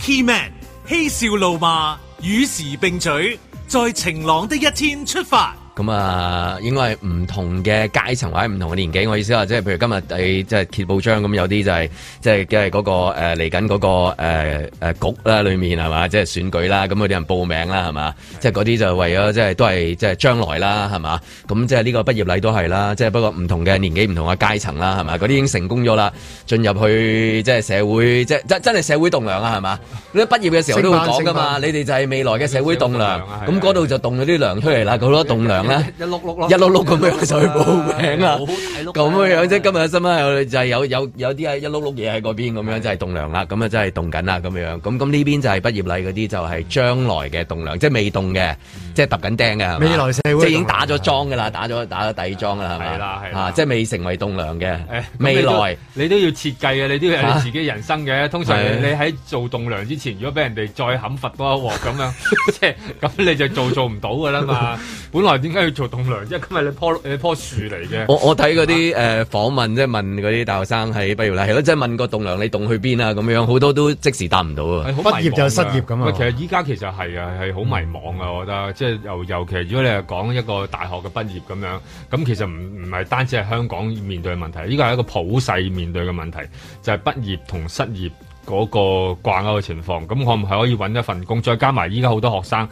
Speaker 1: ，Key Man 嬉笑怒罵，與時並舉，在晴朗的一天出發。
Speaker 2: 咁啊，應該係唔同嘅階層或者唔同嘅年紀。我意思啊話，即係譬如今日你即係揭報章咁，有啲就係、即係嘅嗰個誒嚟緊嗰個誒、呃呃局啦，裏面係嘛，即係選舉啦，咁嗰啲人報名啦，係嘛，即係嗰啲就為咗即係都係即係將來啦，係嘛，咁即係呢個畢業禮都係啦，即係不過唔同嘅年紀、唔同嘅階層啦，係嘛，嗰啲已經成功咗啦，進入去即係社會，即係真真係社會棟梁啊，係嘛，你畢業嘅時候都會講噶嘛，你哋就係未來嘅社會棟梁，咁嗰度就棟咗啲梁出嚟啦，好多棟梁咧。
Speaker 3: 一碌碌
Speaker 2: 一碌碌咁樣就去報名啦，咁樣樣啫。今日嘅新聞有就係有有有啲係一碌碌嘢喺嗰邊咁樣，就係棟梁啦，咁啊真係凍緊啦咁樣。咁咁呢邊就係畢業禮嗰啲，就係將來嘅棟梁，即係未凍嘅，即係揼緊釘嘅。係嘛
Speaker 4: 未來社會
Speaker 2: 即係已經打咗樁㗎啦，打咗打咗底樁㗎啦，係嘛
Speaker 3: 係啦係啦
Speaker 2: 啊即係未成為棟梁嘅
Speaker 3: 誒
Speaker 2: 未來。啊
Speaker 3: 你都要設計嘅，你都要有你自己人生嘅。通常
Speaker 2: 係啊
Speaker 3: 你喺做棟梁之前，如果俾人哋再冚罰多一鑊咁樣， 即係咁你就做做唔到噶 啦嘛。本來點解要做棟梁啫？因為你棵你棵樹嚟嘅。
Speaker 2: 我我睇嗰啲誒訪問，即係問嗰啲大學生喺畢業禮係咯，即係問個棟梁你棟去邊啊咁樣，好多都即時答唔到啊。
Speaker 3: 哎係好
Speaker 4: 畢業
Speaker 3: 迷茫
Speaker 4: 就
Speaker 3: 㗎
Speaker 4: 失業咁啊嗯
Speaker 3: 喂其實依家其實係啊，係好迷茫啊！我覺得即係尤尤其如果你係講一個大學嘅畢業咁樣，咁其實唔唔係單止係香港面對嘅問題，呢個係一個普世面對嘅問題，就係、畢業同失業嗰個掛鈎嘅情況。咁我唔係可以揾一份工，再加埋依家好多學生。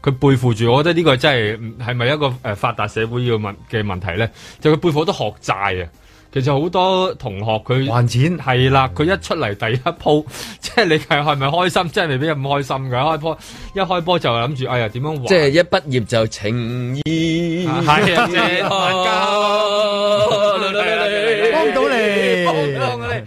Speaker 3: 佢背負住，我覺得呢個真係係咪一個誒、呃、發達社會要問嘅問題咧？就佢背負好多學債啊！其實好多同學佢
Speaker 4: 還錢
Speaker 3: 係啦，佢一出嚟第一鋪， 即係你係係咪開心？真係未必咁開心㗎。開波一開波就諗住，哎呀點樣還？
Speaker 2: 即係一畢業就情意
Speaker 3: 係啊，借
Speaker 2: 哦
Speaker 3: 交
Speaker 4: 幫到你
Speaker 3: 幫到你。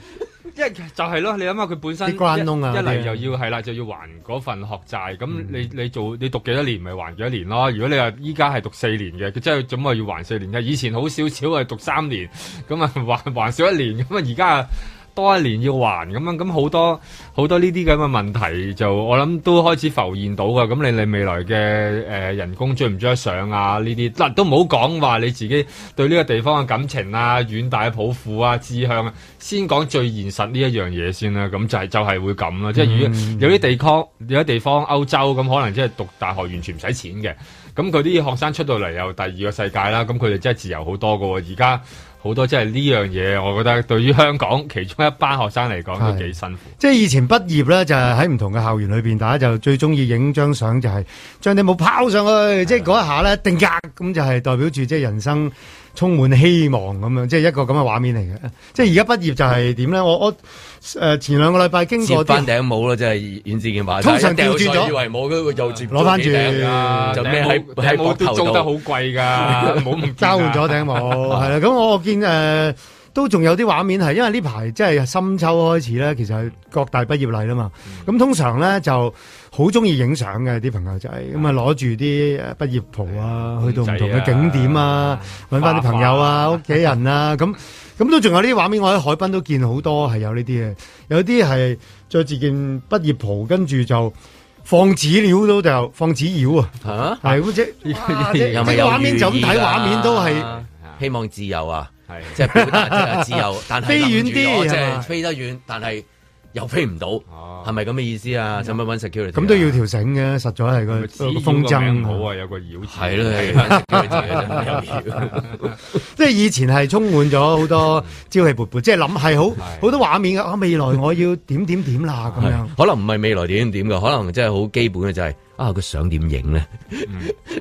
Speaker 3: 因為係就係咯，你諗下佢本身
Speaker 4: 啲關窿啊嗯
Speaker 3: 一一嚟
Speaker 4: 啲
Speaker 3: 又要係啦，就要還嗰份學債。咁你你做你讀幾多年，咪還幾多年咯？如果你話依家係讀四年嘅，佢真係咁啊要還四年嘅。以前好少少係讀三年，咁啊還還少一年，咁啊而家啊多一年要還咁樣，咁好多好多呢啲咁嘅問題就我諗都開始浮現到噶。咁你你未來嘅誒、呃人工追唔追得上啊？呢啲嗱都唔好講話你自己對呢個地方嘅感情啊、遠大嘅抱負啊、志向啊，先講最現實呢一樣嘢先啦。咁就係、就係、會咁啦。即係如果有啲地方有啲地方歐洲咁，可能即係讀大學完全唔使錢嘅。咁佢啲學生出到嚟又第二個世界啦。咁佢哋真係自由好多噶喎。而家好多即係呢樣嘢，我覺得對於香港其中一班學生嚟講都幾辛苦。
Speaker 4: 即係以前畢業咧，就係喺唔同嘅校園裏邊，大家就最中意影張相，就係將啲帽拋上去，即係嗰一下咧定格，咁就係代表住即係人生充滿希望咁樣，即係一個咁嘅畫面嚟嘅。即係而家畢業就係點咧？我我誒、呃前兩個禮拜經
Speaker 2: 接
Speaker 4: 過
Speaker 2: 翻
Speaker 4: 啲。
Speaker 2: 頂帽啦，即係阮志健話齋，
Speaker 4: 通常
Speaker 2: 一掉
Speaker 4: 調轉咗
Speaker 2: 上以為冇，跟住又接
Speaker 4: 攞返住
Speaker 2: 幾頂啊就咩喺喺
Speaker 3: 頂帽
Speaker 2: 膊
Speaker 3: 都
Speaker 2: 頭
Speaker 3: 租得好
Speaker 2: 度。
Speaker 3: 貴㗎，冇 唔見啊
Speaker 4: 交換咗頂帽，係啦。咁我見誒、呃都仲有啲畫面係，因為呢排即係深秋開始咧，其實係各大畢業禮啦嘛。咁、通常咧就好中意影相嘅啲朋友仔，咁啊攞住啲誒畢業袍啊，去到唔同嘅景點啊，揾翻啲朋友啊、屋企人啊，咁咁都仲有呢啲畫面。我喺海濱都見好多係有呢啲嘅，有啲係着住件畢業袍，跟住就放紙料都就放紙鷂啊。
Speaker 2: 嚇
Speaker 4: 係咁即啊 哇即係
Speaker 2: 有咪有
Speaker 4: 畫面就咁睇畫面都
Speaker 2: 寓意
Speaker 4: 係
Speaker 2: 啊希望自由啊，
Speaker 3: 係
Speaker 2: 即係表達即係自由，但係
Speaker 4: 飛遠
Speaker 2: 諗
Speaker 4: 啲
Speaker 2: 住我哦即
Speaker 4: 係
Speaker 2: 係
Speaker 4: 嘛
Speaker 2: 飛得遠，但係又飛唔到，
Speaker 3: 哦
Speaker 2: 係咪咁嘅意思啊？使唔使揾 security？
Speaker 4: 咁都要條繩嘅，實在係個
Speaker 3: 紙
Speaker 4: 個
Speaker 3: 鷂
Speaker 4: 風
Speaker 3: 個名好
Speaker 4: 箏呃啊。
Speaker 3: 啊，有個妖字
Speaker 2: 係咯，係揾 security 嘅真係又要。
Speaker 4: 即係以前係充滿咗好多朝氣勃 勃，即係諗係好
Speaker 3: 係
Speaker 4: 好多畫面嘅。啊，未來我要點點點啦咁樣
Speaker 2: 係。 可能唔係未來點點點嘅，可能真係好基本嘅就係、啊個相點影咧，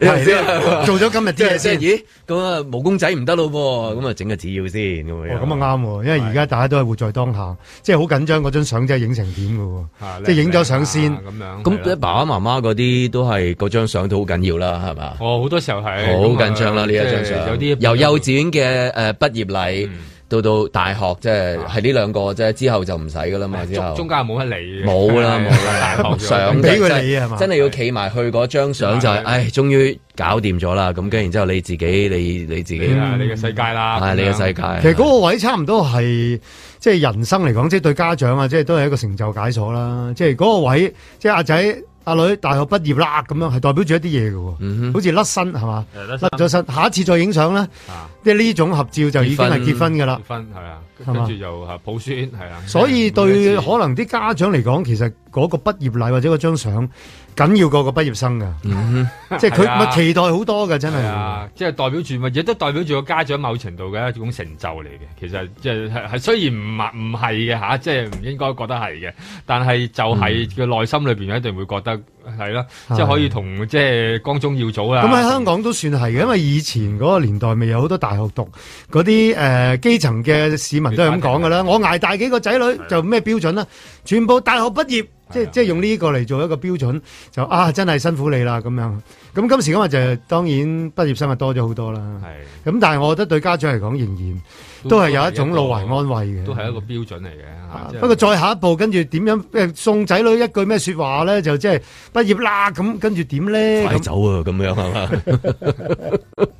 Speaker 2: 你
Speaker 4: 係啊
Speaker 2: 又知 啦
Speaker 4: 做咗今日
Speaker 2: 即
Speaker 4: 啲嘢
Speaker 2: 係即係
Speaker 4: 先。
Speaker 2: 咦咁啊毛公仔唔得咯喎，咁啊整個紙要先咁樣。
Speaker 4: 哦咁啊啱喎，因為而家大家都係活在當下，即係好緊張嗰張相真係影成點嘅喎。
Speaker 3: 啊
Speaker 4: 即係影咗相
Speaker 3: 靚啊
Speaker 4: 先
Speaker 3: 咁樣。係
Speaker 2: 咁
Speaker 3: 啦
Speaker 2: 爸爸媽媽嗰啲都係嗰張相都好緊要啦，係嘛？
Speaker 3: 哦，好多時候係
Speaker 2: 好緊張啦呢一張
Speaker 3: 啊即係
Speaker 2: 相，
Speaker 3: 有啲嗯
Speaker 2: 由幼稚園嘅誒畢業禮到到大學，即係係呢兩個啫，之後就唔使噶啦嘛，之後
Speaker 3: 嗯中中間冇乜理嘅，
Speaker 2: 冇 啦
Speaker 3: 係
Speaker 2: 冇啦，
Speaker 3: 大學
Speaker 2: 相
Speaker 4: 唔
Speaker 2: 就
Speaker 4: 俾
Speaker 2: 真
Speaker 4: 佢
Speaker 2: 係
Speaker 4: 理啊係嘛
Speaker 2: 真係要企埋去嗰張相就係，
Speaker 3: 係
Speaker 2: 唉，終於搞掂咗啦。咁跟然之後你自己，你你自己
Speaker 3: 你啊，你嘅世界啦，
Speaker 2: 啊，你嘅世界。
Speaker 4: 其實嗰個位差唔多係即係人生嚟講，即係對家長啊，即係都係一個成就解鎖啦。即係嗰個位，即係阿仔阿女大學畢業啦，咁樣係代表住一啲嘢嘅喎。
Speaker 2: 嗯哼
Speaker 4: 好似甩身係嘛，
Speaker 3: 係
Speaker 4: 甩咗身，下一次再影相咧，
Speaker 3: 啊
Speaker 4: 即係呢種合照 就已經係
Speaker 2: 結婚
Speaker 4: 結婚㗎啦
Speaker 3: 結。婚係啊，
Speaker 4: 係嘛
Speaker 3: 跟住又啊抱孫係啊，
Speaker 4: 所以對
Speaker 3: 每一次
Speaker 4: 可能啲家長嚟講，其實嗰個畢業禮或者嗰張相緊要過個畢業生㗎，
Speaker 2: 嗯
Speaker 4: 即係佢
Speaker 3: 係啊
Speaker 4: 咪期待好多㗎，真
Speaker 3: 係
Speaker 4: 係。
Speaker 3: 啊，即係代表住乜嘢都代表住個家長某程度嘅一種成就嚟嘅。其實即係係係雖然唔係唔係嘅吓，即係唔應該覺得係嘅，但係就
Speaker 4: 嗯
Speaker 3: 係個內心裏邊一定會覺得係啦，即係可以同即係光宗耀祖啦。
Speaker 4: 咁喺香港都算係嘅，因為以前嗰個年代咪有好多大學讀嗰啲誒基層嘅市民都係咁講㗎啦。我捱大幾個仔女就咩標準啦？全部大學畢業，即係即係用呢個嚟做一個標準，就啊真係辛苦你啦咁樣。咁今時今日就當然畢業生啊多咗好多啦。
Speaker 3: 係
Speaker 4: 咁但係我覺得對家長嚟講，仍然都係有一種老懷安慰嘅。
Speaker 3: 都係一個標準嚟嘅
Speaker 4: 啊
Speaker 3: 嚇。即係
Speaker 4: 不過再下一步，跟住點樣誒送仔女一句咩説話咧？就即係畢業啦，咁跟住點咧？
Speaker 2: 快
Speaker 4: 咁
Speaker 2: 走啊！咁樣係嘛？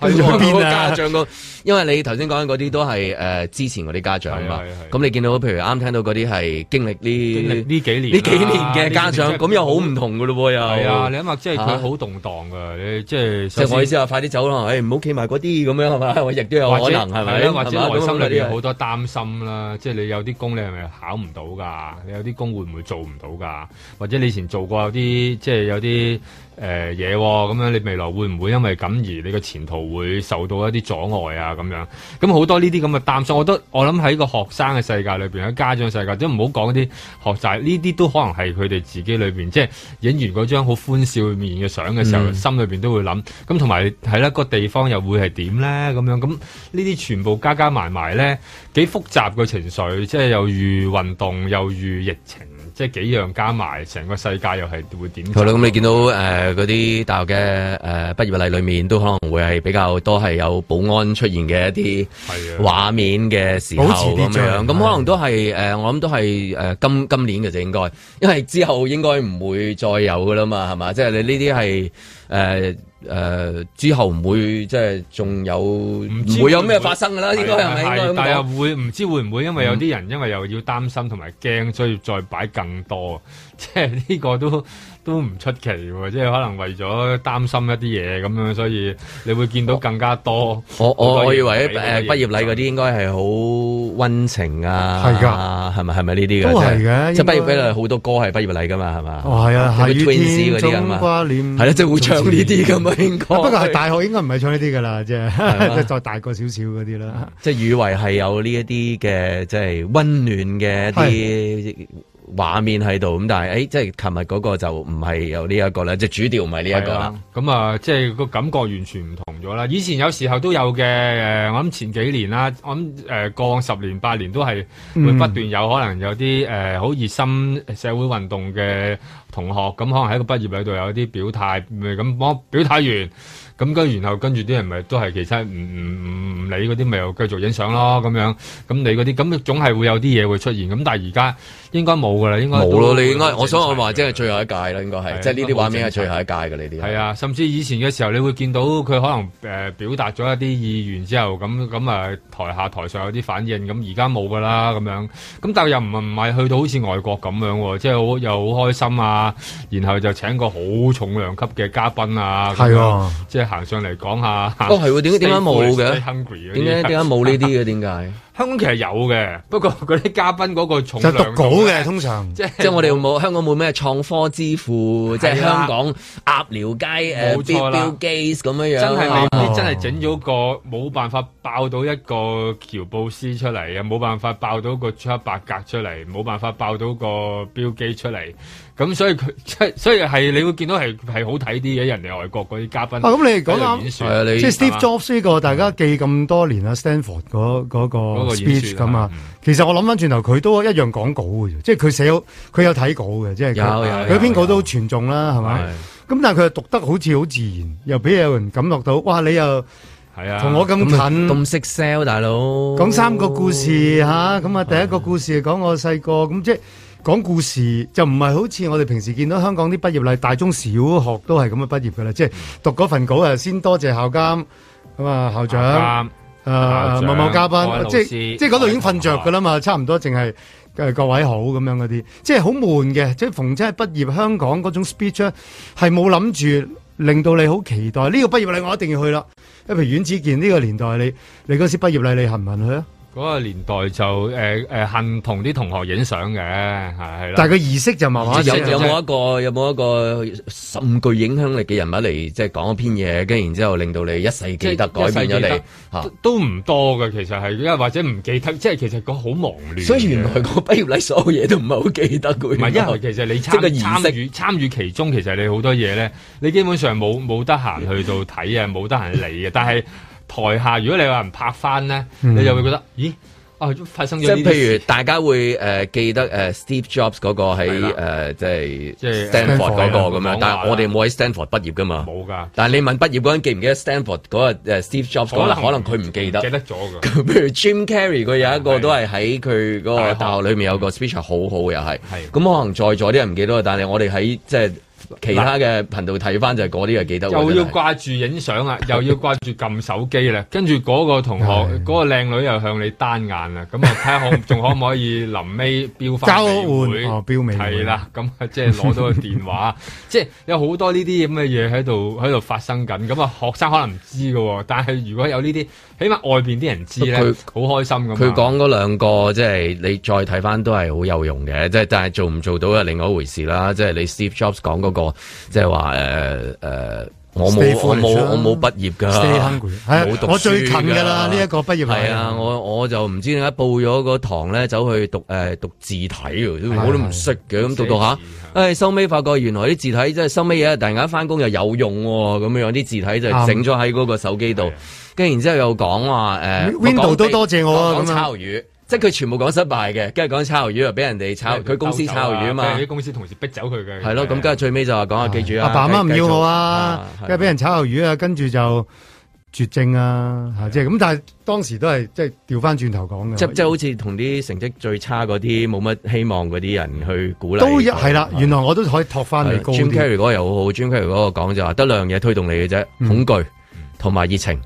Speaker 4: 跟住去邊
Speaker 2: 家
Speaker 4: 啊？
Speaker 2: 長個，因為你頭先講緊嗰啲都係誒之前嗰啲家長嘛
Speaker 3: 係啊係啊。係
Speaker 2: 咁你見到譬如啱聽到嗰啲係經歷
Speaker 3: 經歷
Speaker 2: 呢
Speaker 3: 呢幾年
Speaker 2: 呢幾年
Speaker 3: 啦
Speaker 2: 嘅 家長，
Speaker 3: 呢幾年真係
Speaker 2: 咁又好唔同噶咯喎又。
Speaker 3: 係啊，你諗下，即係佢
Speaker 2: 嚇
Speaker 3: 好動盪㗎，你即
Speaker 2: 即
Speaker 3: 係首
Speaker 2: 係我意
Speaker 3: 先。
Speaker 2: 思話，快啲走啦！誒，唔好企埋嗰啲咁樣係 嘛？我亦都有
Speaker 3: 或
Speaker 2: 可
Speaker 3: 者
Speaker 2: 能係啊咪
Speaker 3: 係？啦或者內心裏邊
Speaker 2: 好
Speaker 3: 好多擔心啦，即係你有啲工你係咪考唔到㗎？你有啲工會唔會做唔到㗎？或者你以前做過有啲即係有啲誒嘢喎，咁樣你未來會唔會因為咁而你個前途會受到一啲阻礙啊？咁樣咁好多呢啲咁嘅擔心，我覺得我諗喺個學生嘅世界裏邊，喺家長世界，都唔好講啲學債，呢啲都可能係佢哋自己裏邊，即係影完嗰張好歡笑面嘅相嘅時
Speaker 2: 嗯
Speaker 3: 候，心裏邊都會諗，咁同埋係啦，個地方又會係點咧？咁樣咁呢啲全部加加埋埋咧，幾複雜嘅情緒，即係又遇運動，又遇疫情。即係幾樣加埋，成個世界又係會點走？
Speaker 2: 好啦，咁你見到誒嗰啲大學嘅誒畢業禮裏面，都可能會係比較多係有保安出現嘅一啲畫面嘅時候
Speaker 3: 啊保持
Speaker 2: 咁
Speaker 3: 秩序啊
Speaker 2: 樣，咁可能都係誒，我諗都係誒今今年嘅就應該，因為之後應該唔會再有噶啦嘛，係嘛？即係你呢啲係誒。誒、之後唔會即係仲有唔
Speaker 3: 知
Speaker 2: 會有咩
Speaker 3: 會
Speaker 2: 發生㗎啊啦，應該係咪應
Speaker 3: 係
Speaker 2: 該咁嗯
Speaker 3: 但
Speaker 2: 講
Speaker 3: 係又會唔知會唔會因為有啲人因為又要擔心同埋驚，所以再擺更多， 即係呢個都都唔出奇喎。即係可能為咗擔心一啲嘢咁樣，所以你會見到更加多。
Speaker 2: 我我我以呃為誒
Speaker 3: 誒
Speaker 2: 畢業禮嗰啲應該係好温情啊，
Speaker 3: 係
Speaker 2: 㗎，係咪係咪呢啲㗎？
Speaker 4: 都係嘅
Speaker 2: 即係
Speaker 4: 應該
Speaker 2: 畢業禮好多歌係畢業禮㗎嘛，係嘛？
Speaker 4: 哦，係啊，
Speaker 2: 有個
Speaker 4: 係
Speaker 2: Twins 嗰啲啊
Speaker 4: 中
Speaker 2: 嘛，
Speaker 4: 瓜臉
Speaker 2: 係啦，即係會唱呢啲㗎嘛，應該。
Speaker 4: 啊不過係大學應該唔係唱呢啲㗎啦， 即
Speaker 2: 係嘛嗯
Speaker 4: 係再大個少少嗰啲啦。
Speaker 2: 即係以為係有呢一啲嘅即係温暖嘅一啲。畫面喺度咁，但係誒、即係琴日嗰個就唔係有呢一個啦，即係主調唔係呢一個
Speaker 3: 係
Speaker 2: 啦
Speaker 3: 啊。咁啊，即係個感覺完全唔同咗啦。以前有時候都有嘅，誒、我諗前幾年啦，我諗誒、過往十年八年都係會
Speaker 5: 嗯
Speaker 3: 不斷有可能有啲誒好熱心社會運動嘅同學，咁可能喺個畢業禮度有啲表態，咁幫表態完。咁跟然後跟住啲人咪都係其實唔唔唔唔理嗰啲咪又繼續影相咯咁樣，咁你嗰啲咁總係會有啲嘢會出現，咁但係而家應該冇噶啦，應該
Speaker 2: 冇
Speaker 3: 都
Speaker 2: 咯，你應該我想我話即係最後一屆啦，應該
Speaker 3: 係
Speaker 2: 係
Speaker 3: 啊
Speaker 2: 即係呢啲畫面係
Speaker 3: 都
Speaker 2: 最後
Speaker 3: 冇
Speaker 2: 一屆㗎呢啲係。
Speaker 3: 係啊，甚至以前嘅時候，你會見到佢可能誒、呃表達咗一啲意願之後，咁咁啊台下台上有啲反應，咁而家冇噶啦咁樣。咁但係又唔唔係去到好似外國咁樣喎，即係好又好開心啊，然後就請個好重量級嘅嘉賓啊，咁樣
Speaker 2: 係喎
Speaker 3: 即係行上嚟講下。
Speaker 2: 哦，係喎，點解點解冇
Speaker 3: 啊 Stay
Speaker 2: 嘅？
Speaker 3: hungry 嗰啲
Speaker 2: 點解點解冇呢啲嘅？點解？
Speaker 3: 香港其實有嘅， 不過嗰啲嘉賓嗰個重量
Speaker 4: 嘅通常，
Speaker 3: 即係
Speaker 2: 即係我哋冇香港冇咩創科之父，即係
Speaker 3: 係啦
Speaker 2: 香港鴨寮街誒
Speaker 3: 冇
Speaker 2: Bill
Speaker 3: 錯啦
Speaker 2: Bill Gates 咁樣樣，
Speaker 3: 真係未
Speaker 2: 哦
Speaker 3: 必真係整咗個冇辦法爆到一個喬布斯出嚟啊，冇辦法爆到個朱克伯格出嚟，冇辦法爆到個標機出嚟。咁所以佢 即係所以係你會見到係係好睇啲嘅，人哋外國嗰啲嘉賓。
Speaker 4: 啊，咁你講
Speaker 3: 喺度演說
Speaker 2: 啊
Speaker 4: 啱，即係 Steve Jobs 呢個大家記咁多年啦，Stanford 嗰嗰個
Speaker 3: 嗰個演說
Speaker 4: speech 咁
Speaker 2: 嗯
Speaker 4: 啊。其實我諗翻轉頭，佢都一樣講稿嘅啫，即係佢寫好，佢有睇稿嘅，即係佢
Speaker 2: 有有
Speaker 4: 佢篇稿都好傳眾啦，係咪？咁但係佢又讀得好似好自然，又俾有人感覺到，哇！你又
Speaker 3: 係啊
Speaker 4: 同我咁近，
Speaker 2: 咁識 sell 大佬，
Speaker 4: 講三個故事吓，咁啊第一個故事係講我細個，咁即係講故事就唔係好似我哋平時見到香港啲畢業禮，大中小學都係咁嘅畢業噶啦，即係讀嗰份稿啊，先多謝校監咁啊校長
Speaker 3: 監。
Speaker 4: 誒
Speaker 3: 校長
Speaker 4: 啊某某嘉
Speaker 3: 各位
Speaker 4: 賓，
Speaker 3: 老
Speaker 4: 即係
Speaker 3: 師
Speaker 4: 即係嗰度已經瞓着㗎啦嘛，差唔多淨係誒各位好咁樣嗰啲，即係好悶嘅。即係逢真係畢業香港嗰種 speech 咧，係冇諗住令到你好期待呢個畢業禮我一定要去啦。譬如阮子健呢個年代，你你嗰時畢業禮你行唔行去啊？
Speaker 3: 嗰個年代就誒誒恨同啲同學影相嘅，係係啦。
Speaker 4: 但係個儀式就麻麻
Speaker 2: 有
Speaker 4: 地
Speaker 2: 有冇一個有冇一個甚具影響力嘅人物嚟，即係講一篇嘢，跟住然之後令到你一世記得，改變咗你嚇。
Speaker 3: 都都唔多嘅，其實係因為或者唔記得，即係其實個好忙亂嘅。
Speaker 2: 所以原來個畢業禮所有嘢都唔係好記得佢。
Speaker 3: 唔係，因為其實你參
Speaker 2: 即係個儀
Speaker 3: 參
Speaker 2: 式
Speaker 3: 與參與其中，其實你好多嘢咧，你基本上冇冇得閒去到睇啊，冇得閒理嘅。但係台下如果你有人拍翻咧，
Speaker 2: 嗯
Speaker 3: 你就會覺得，咦啊發生
Speaker 2: 即
Speaker 3: 咗
Speaker 2: 係
Speaker 3: 呢啲
Speaker 2: 譬如
Speaker 3: 事。
Speaker 2: 大家會誒記得誒 Steve Jobs 嗰個喺誒即係
Speaker 3: 係啊
Speaker 2: Stanford 嗰個咁
Speaker 3: 講話
Speaker 2: 樣
Speaker 3: 啦，
Speaker 2: 但係我哋冇喺 Stanford 畢業噶嘛。
Speaker 3: 冇㗎。
Speaker 2: 但係你問畢業嗰陣記唔記得 Stanford 嗰個誒 Steve Jobs 嗰個，可能佢唔記得。
Speaker 3: 記得咗㗎。
Speaker 2: 佢 譬如 Jim Carrey 佢有一個都係喺佢嗰個大學裏面有個 speech 好好嘅又係，咁可能在座啲人唔記得，但係我哋喺即係其他嘅頻道睇翻就係嗰啲係記得喎。
Speaker 3: 又要
Speaker 2: 真係
Speaker 3: 掛住影相 啊，又要掛住撳手機啦，跟住嗰個同學嗰個靚女又向你單眼啦， 咁啊睇下可仲可唔可以臨尾標翻
Speaker 4: 交
Speaker 3: 美
Speaker 4: 換
Speaker 3: 會
Speaker 4: 哦標美會
Speaker 3: 係啦，咁啊即係攞到個 電話，即係有好多呢啲咁嘅嘢喺度喺度發生緊，咁啊學生可能唔知㗎喎，但係如果有呢啲，起碼外邊啲人知咧，
Speaker 2: 佢
Speaker 3: 好開心咁。
Speaker 2: 佢講嗰兩個即係你再睇翻都係好有用嘅，即係但係做唔做到係另外一回事啦。即係你 Steve Jobs 講嗰、個即係話誒誒。我冇
Speaker 4: Stay
Speaker 2: 我冇
Speaker 4: foolish 啦
Speaker 2: 我冇畢業㗎
Speaker 4: Stay hungry 係啊
Speaker 2: 冇讀書㗎
Speaker 4: 我最近㗎啦呢一個畢業禮
Speaker 2: 係啊，我我就唔知點解報咗個堂咧，走去讀誒、讀字體喎
Speaker 5: 係
Speaker 2: 我都唔識嘅，咁讀到下，誒收尾發覺原來啲字體即係收尾嘢，突然間翻工又有用喎，咁樣啲字體就
Speaker 4: 啱啊
Speaker 2: 整咗喺嗰個手機度，跟住然之後又講話誒呃
Speaker 4: Window
Speaker 2: 我講
Speaker 4: 都多謝我啊
Speaker 2: 講
Speaker 4: 咁樣
Speaker 2: 抄魚。即係佢全部講失敗嘅，跟住講炒魷魚又俾人哋炒，佢公司炒魷魚啊嘛，
Speaker 3: 俾啲公司同事逼走佢嘅。
Speaker 2: 係咯，咁跟住最尾就話講啊，記住啊，
Speaker 4: 阿爸阿媽唔
Speaker 2: 繼
Speaker 4: 要
Speaker 2: 續
Speaker 4: 我啊，
Speaker 2: 係
Speaker 4: 跟住俾人炒魷魚啊，跟住就絕症啊，嚇即係咁。但係當時都係即係調翻轉頭講嘅，
Speaker 2: 即即係好似同啲成績最差嗰啲冇乜希望嗰啲人去鼓勵佢，
Speaker 4: 都一係啦。原來我都可以托翻你高
Speaker 2: Jim
Speaker 4: 啲。
Speaker 2: Carrey 嗰個又好好，Jim Carrey 嗰個講就話得兩樣嘢推動你嘅啫，
Speaker 4: 嗯
Speaker 2: 恐懼同埋熱情。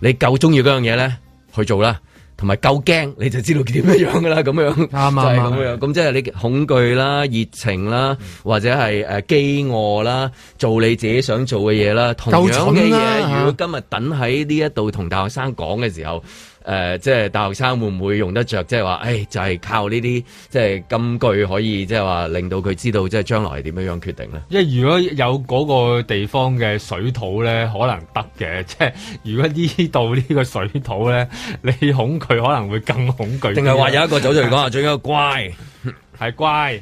Speaker 2: 你夠中意嗰樣嘢咧，去做啦。同埋夠驚，你就知道點樣樣噶啦，咁樣
Speaker 4: 啱
Speaker 2: 就係
Speaker 4: 啱嗯
Speaker 2: 咁樣。咁即係你恐懼啦、熱情啦，或者係誒飢餓啦，做你自己想做嘅嘢啦。同樣嘅
Speaker 4: 夠蠢啦
Speaker 2: 嘢，
Speaker 4: 嚇
Speaker 2: 如果今日等喺呢一度同大學生講嘅時候，誒、即係大學生會唔會用得着？即係話，誒、哎就係、靠呢啲即係金句可以，即係話令到佢知道即係將來係點樣樣決定咧。
Speaker 3: 因為如果有嗰個地方嘅水土咧，可能得嘅。即係如果呢度呢個水土咧，你恐懼可能會更恐懼啲啦。
Speaker 2: 定係話有一個走出嚟講啊，最緊要乖
Speaker 3: 係乖、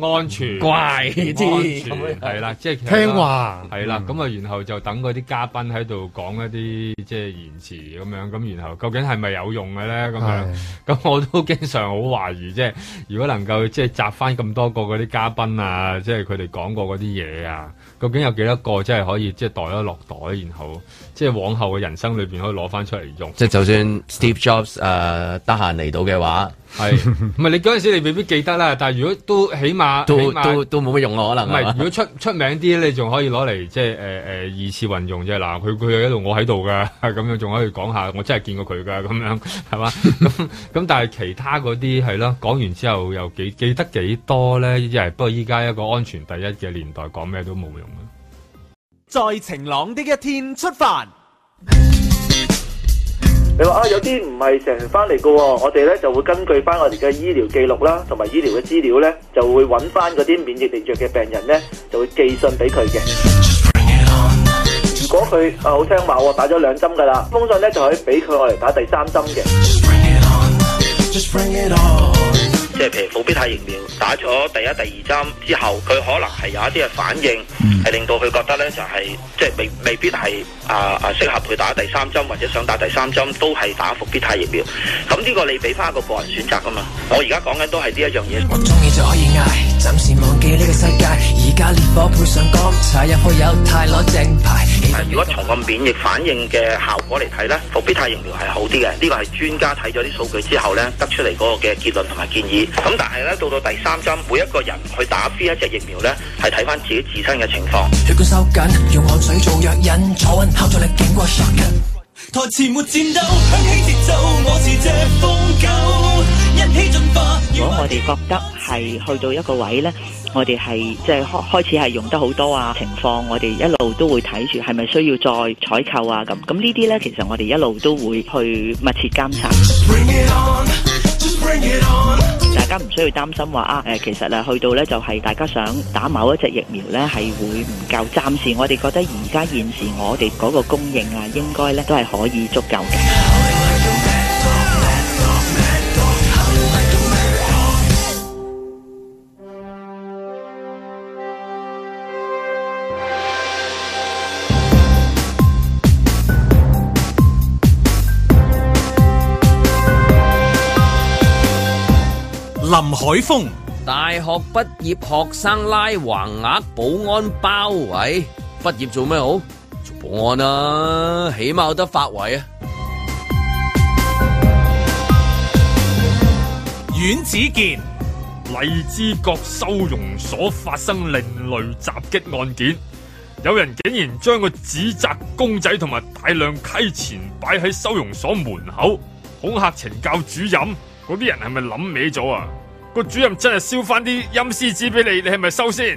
Speaker 3: 安全、
Speaker 2: 乖
Speaker 3: 安
Speaker 2: 啲
Speaker 3: 全係啦，即係其實
Speaker 4: 聽話
Speaker 3: 係啦。咁啊，然後就等嗰啲嘉賓喺度講一啲即係言辭咁樣，咁然後究竟係咪有用嘅咧？咁樣
Speaker 4: 係
Speaker 3: 咁我都經常好懷疑，即係如果能夠即係集翻咁多個嗰啲嘉賓啊，即係佢哋講過嗰啲嘢啊，究竟有幾多個真係可以即係袋咗落袋，然後即係往後嘅人生裏邊可以攞翻出嚟用？
Speaker 2: 即係就算 Steve Jobs 誒得閒嚟到嘅話，
Speaker 3: 係 唔係你嗰陣時你未必記得啦？但係如果都起碼起
Speaker 2: 都
Speaker 3: 碼
Speaker 2: 都都冇乜用咯，可
Speaker 3: 唔
Speaker 2: 能啊係
Speaker 3: 係，如
Speaker 2: 嘛
Speaker 3: 果出出名啲，你仲可以攞嚟即係誒誒二次運用啫。嗱，佢佢喺度，我喺度噶， 咁樣仲可以講下，我真係見過佢噶，咁樣係嘛？咁咁但係其他嗰啲係咯，講完之後又幾記得幾多咧？依係不過依家一個安全第一嘅年代，講咩都冇用啦。
Speaker 5: 在晴朗的一天出發。
Speaker 10: 你話啊，有啲唔係成人翻嚟嘅喎，我哋咧就會根據翻我哋嘅醫療記錄啦，同埋醫療嘅資料咧，就會揾翻嗰啲免疫力弱嘅病人咧，就會寄信俾佢嘅。如果佢啊好聽話喎，打咗兩針㗎啦，封信咧就可以俾佢我嚟打第三針嘅。即係譬如伏必泰疫苗打咗第一、第二針之後，佢可能係有一啲嘅反應，係令到佢覺得咧就係、即係未未必係啊啊適合佢打第三針或者想打第三針都係打伏必泰疫苗。咁呢個你俾翻一個個人選擇噶嘛。我而家講緊都係呢一樣嘢。
Speaker 11: 中意就可以嗌，暫時忘記呢個世界。而家烈火配上乾柴，入去有太攞正牌。
Speaker 10: 如果從個免疫反應嘅效果嚟睇咧，伏必泰疫苗係好啲嘅。呢個係專家睇咗啲數據之後咧得出嚟嗰個嘅結論同埋建議。咁但係咧到到第三針，每一個人去打邊一隻疫苗咧，係睇翻自己自身嘅情況。
Speaker 11: 血管收緊，用汗水做藥引，坐穩後座力勁過 shotgun。台前沒戰鬥，響起節奏，我是隻瘋狗，一起進化。
Speaker 12: 如果我哋覺得係去到一個位呢，我哋係即係開開始係用得好多啊，情況我哋一路都會睇住係咪需要再採購啊咁。咁呢啲呢，其實我哋一路都會去密切監察。大家唔需要擔心話啊，誒、其實啊，去到呢就係大家想打某一隻疫苗呢，係會唔夠。暫時我哋覺得而家現時我哋嗰個供應啊，應該呢都係可以足夠嘅。
Speaker 1: 林海峰、
Speaker 2: 大學畢業學生拉橫額，保安包圍。畢業做咩好？做保安啦、起碼有得發圍啊！
Speaker 13: 阮子健，荔枝角收容所發生另類襲擊案件，有人竟然將個紙紮公仔同埋大量溪錢擺喺收容所門口，恐嚇懲教主任。嗰啲人係咪諗歪咗啊？個主任真係燒翻啲陰司紙俾你，你係咪收先？